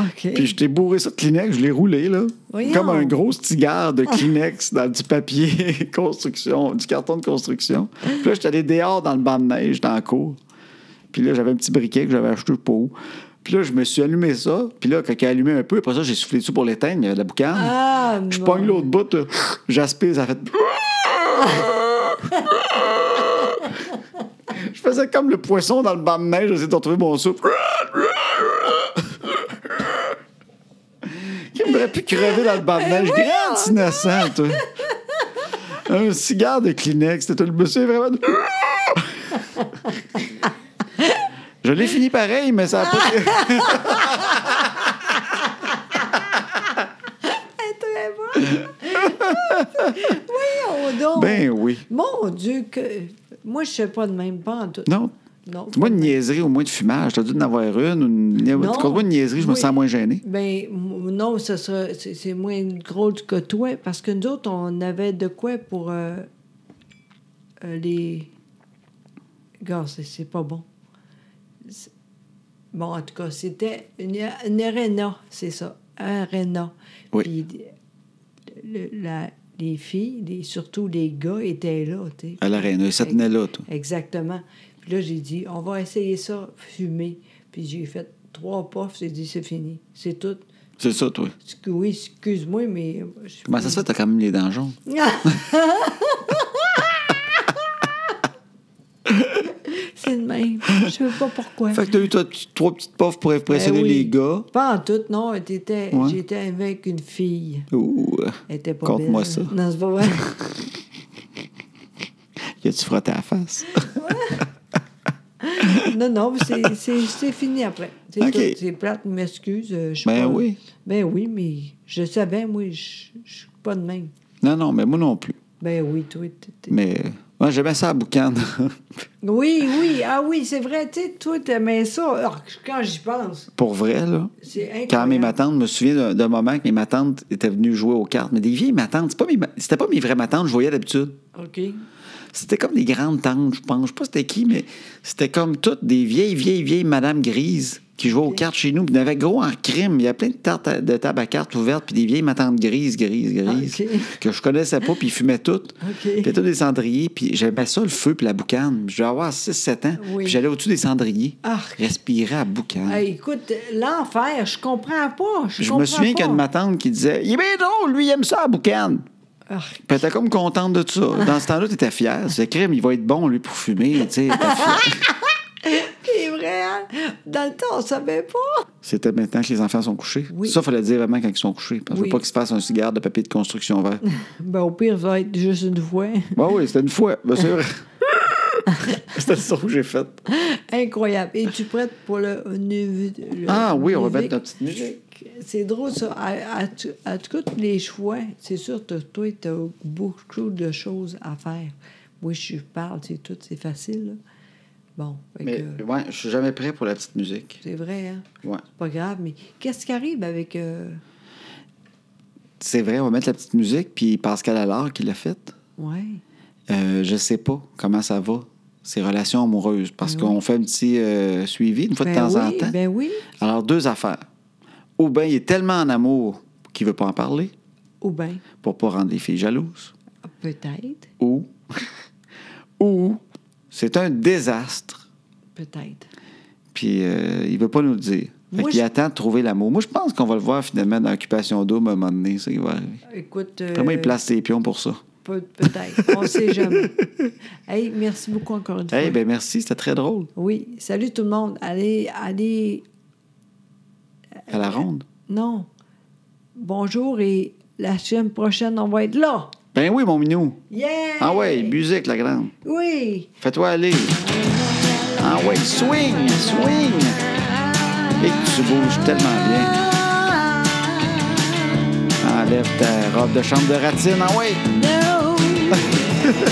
B: OK.
A: Puis j'étais bourré ça de Kleenex, je l'ai roulé, là.
B: Voyons.
A: Comme un gros cigare de Kleenex dans du papier construction, du carton de construction. Puis là, j'étais allé dehors dans le banc de neige, dans la cour. Puis là, j'avais un petit briquet que j'avais acheté je sais pas où. Puis là, je me suis allumé ça. Puis là, quand il a allumé un peu, après ça, j'ai soufflé dessus pour l'éteindre, il y avait de la boucane.
B: Ah,
A: je
B: non.
A: pogne l'autre bout, là. j'aspire, ça fait... je faisais comme le poisson dans le banc de neige, j'essayais de retrouver mon souffle. Qui m'aurait pu crever dans le banc de neige. Grand innocent, toi. Un cigare de Kleenex, c'était le monsieur vraiment. de- Je l'ai fini pareil, mais ça a pas.
B: C'est très bon. Voyons donc.
A: Ben oui.
B: Mon Dieu, que... moi, je ne sais pas de même pas en tout.
A: Non.
B: Non.
A: Moi, une niaiserie au moins de fumage. T'as dû en avoir une. ou Une...
B: Non.
A: Contre-moi une niaiserie, je me
B: Oui.
A: sens moins gêné.
B: Ben, m- non, ce sera, c'est c'est moins drôle que toi, parce que nous autres, on avait de quoi pour euh, euh, les. Gars, c'est- c'est pas bon. C'est- Bon, en tout cas, c'était une, une arena, c'est ça, arena.
A: Oui.
B: Puis, le- la- les filles, les- surtout les gars, étaient là, tu sais.
A: À l'arène, ça tenait là, toi.
B: Exactement. Puis là, j'ai dit, on va essayer ça, fumer. Puis j'ai fait trois puffs, j'ai dit, c'est fini. C'est tout.
A: C'est ça, toi.
B: Excu- Oui, excuse-moi, mais. euh, je-
A: Comment Ben, ça se fait, t'as quand même les dents jaunes?
B: c'est le même. Je sais pas pourquoi.
A: Fait que t'as eu toi, t- trois petites puffs pour impressionner
B: Ben oui.
A: les gars.
B: Pas en tout, non. t'étais-
A: Ouais.
B: J'étais avec une fille.
A: Ouh.
B: Elle était pas
A: Conte-moi
B: belle.
A: ça.
B: Non, c'est pas vrai.
A: Y a-tu frotté à la face?
B: Non, non, mais c'est- c'est c'est fini après. C'est
A: OK.
B: tout. C'est plate, je m'excuse. euh, je suis
A: Ben
B: pas-
A: oui.
B: Ben oui, mais je savais, moi, je je suis pas de même.
A: Non, non, mais moi non plus.
B: Ben oui, toi. t'es- t'es-
A: Mais moi, j'aimais ça à boucan.
B: Oui, oui, ah oui, c'est vrai, tu sais, toi, t'aimais ça. Alors, quand j'y pense,
A: Pour vrai, là.
B: c'est incroyable.
A: Quand mes matantes, je me souviens d'un- d'un moment que mes matantes étaient venues jouer aux cartes. Mais des vieilles matantes, c'est pas mes ma- c'était pas mes vraies matantes, je voyais d'habitude.
B: OK.
A: C'était comme des grandes tantes, je pense. Je sais pas c'était qui, mais c'était comme toutes des vieilles, vieilles, vieilles madames grises qui jouaient aux cartes chez nous. Puis Il y en avait gros en crime. Il y a plein de, tartes à- de tables à cartes ouvertes, puis des vieilles matantes grises, grises, grises,
B: Ah, Ok.
A: que je connaissais pas, puis ils fumaient toutes. Puis il y a tous des cendriers, puis j'aimais ça, le feu, puis la boucane. Je devais avoir 6-7 ans,
B: Oui.
A: puis j'allais au-dessus des cendriers,
B: Arc.
A: respirer à boucane.
B: Hey, écoute, l'enfer, je comprends pas. Je,
A: Puis je
B: comprends
A: me souviens
B: pas.
A: qu'il y a de ma tante qui disait Il est bien drôle, lui, il aime ça à boucan.
B: Arc.
A: Puis elle était comme contente de ça. Dans ce temps-là, t'étais fière. C'est crime, il va être bon, lui, pour fumer. tu sais, t'étais fière.
B: C'est vrai, hein? Dans le temps, on savait pas.
A: C'était maintenant que les enfants sont couchés.
B: Oui.
A: Ça, il fallait le dire vraiment quand ils sont couchés. Parce que je
B: Oui.
A: veux pas qu'ils se fassent un cigare de papier de construction vert.
B: Ben, au pire, ça va être juste une fois.
A: Bah oui, c'était une fois, bien sûr. c'était le son que j'ai fait.
B: Incroyable. Es-tu prête pour le. le-
A: Ah oui, on va
B: musique?
A: mettre notre petite musique.
B: C'est drôle, ça. À, à tu- à tout cas, tous les choix, c'est sûr, t'as- toi, tu as beaucoup de choses à faire. Moi, je parle, c'est tout, c'est facile. là. Bon, fait
A: Mais
B: que,
A: ouais, je suis jamais prêt pour la petite musique.
B: c'est vrai, hein?
A: Ouais.
B: C'est pas grave, mais qu'est-ce qui arrive avec. euh,
A: C'est vrai, on va mettre la petite musique, puis Pascal Allard qui l'a faite.
B: Ouais.
A: Euh, je sais pas comment ça va, ces relations amoureuses, parce
B: Ben
A: qu'on fait un petit euh, suivi une fois de
B: Ben
A: temps en
B: oui,
A: temps.
B: Ben oui.
A: Alors, deux affaires. Ou bien il est tellement en amour qu'il veut pas en parler
B: Ou bien,
A: pour pas rendre les filles jalouses.
B: peut-être,
A: Ou, ou c'est un désastre,
B: peut-être.
A: puis euh, il veut pas nous le dire. Fait
B: Moi,
A: qu'il
B: je-
A: attend de trouver l'amour. Moi, je pense qu'on va le voir finalement dans Occupation d'eau à un moment donné, ça qui va arriver.
B: Écoute.
A: Vraiment, il
B: euh,
A: place ses pions pour ça.
B: peut- Peut-être. On sait jamais. Hey, merci beaucoup encore une
A: Eh
B: fois.
A: ben merci, c'était très drôle.
B: Oui. Salut tout le monde. Allez, allez
A: À
B: Euh,
A: la ronde.
B: Non. Bonjour et la semaine prochaine, on va être là.
A: Ben oui, mon minou.
B: Yeah!
A: Ah ouais, musique, la grande.
B: Oui!
A: Fais-toi aller. Ah ouais, swing, swing. Et que tu bouges tellement bien. Enlève ta robe de chambre de ratine. Ah ouais.
B: No!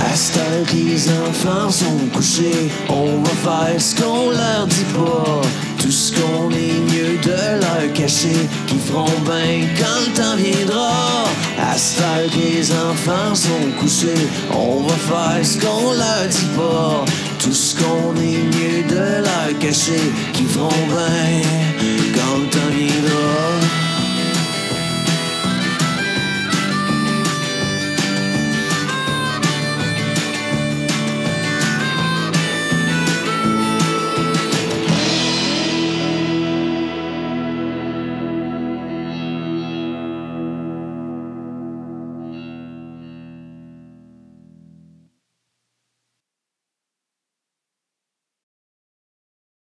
C: À cette heure que les enfants sont couchés, on va faire ce qu'on leur dit pas. Tout ce qu'on est mieux de leur cacher, qu'ils feront bien quand le temps viendra. À cette heure que les enfants sont couchés, on va faire ce qu'on leur dit pas. Tout ce qu'on est mieux de leur cacher, qu'ils feront bien quand le temps viendra.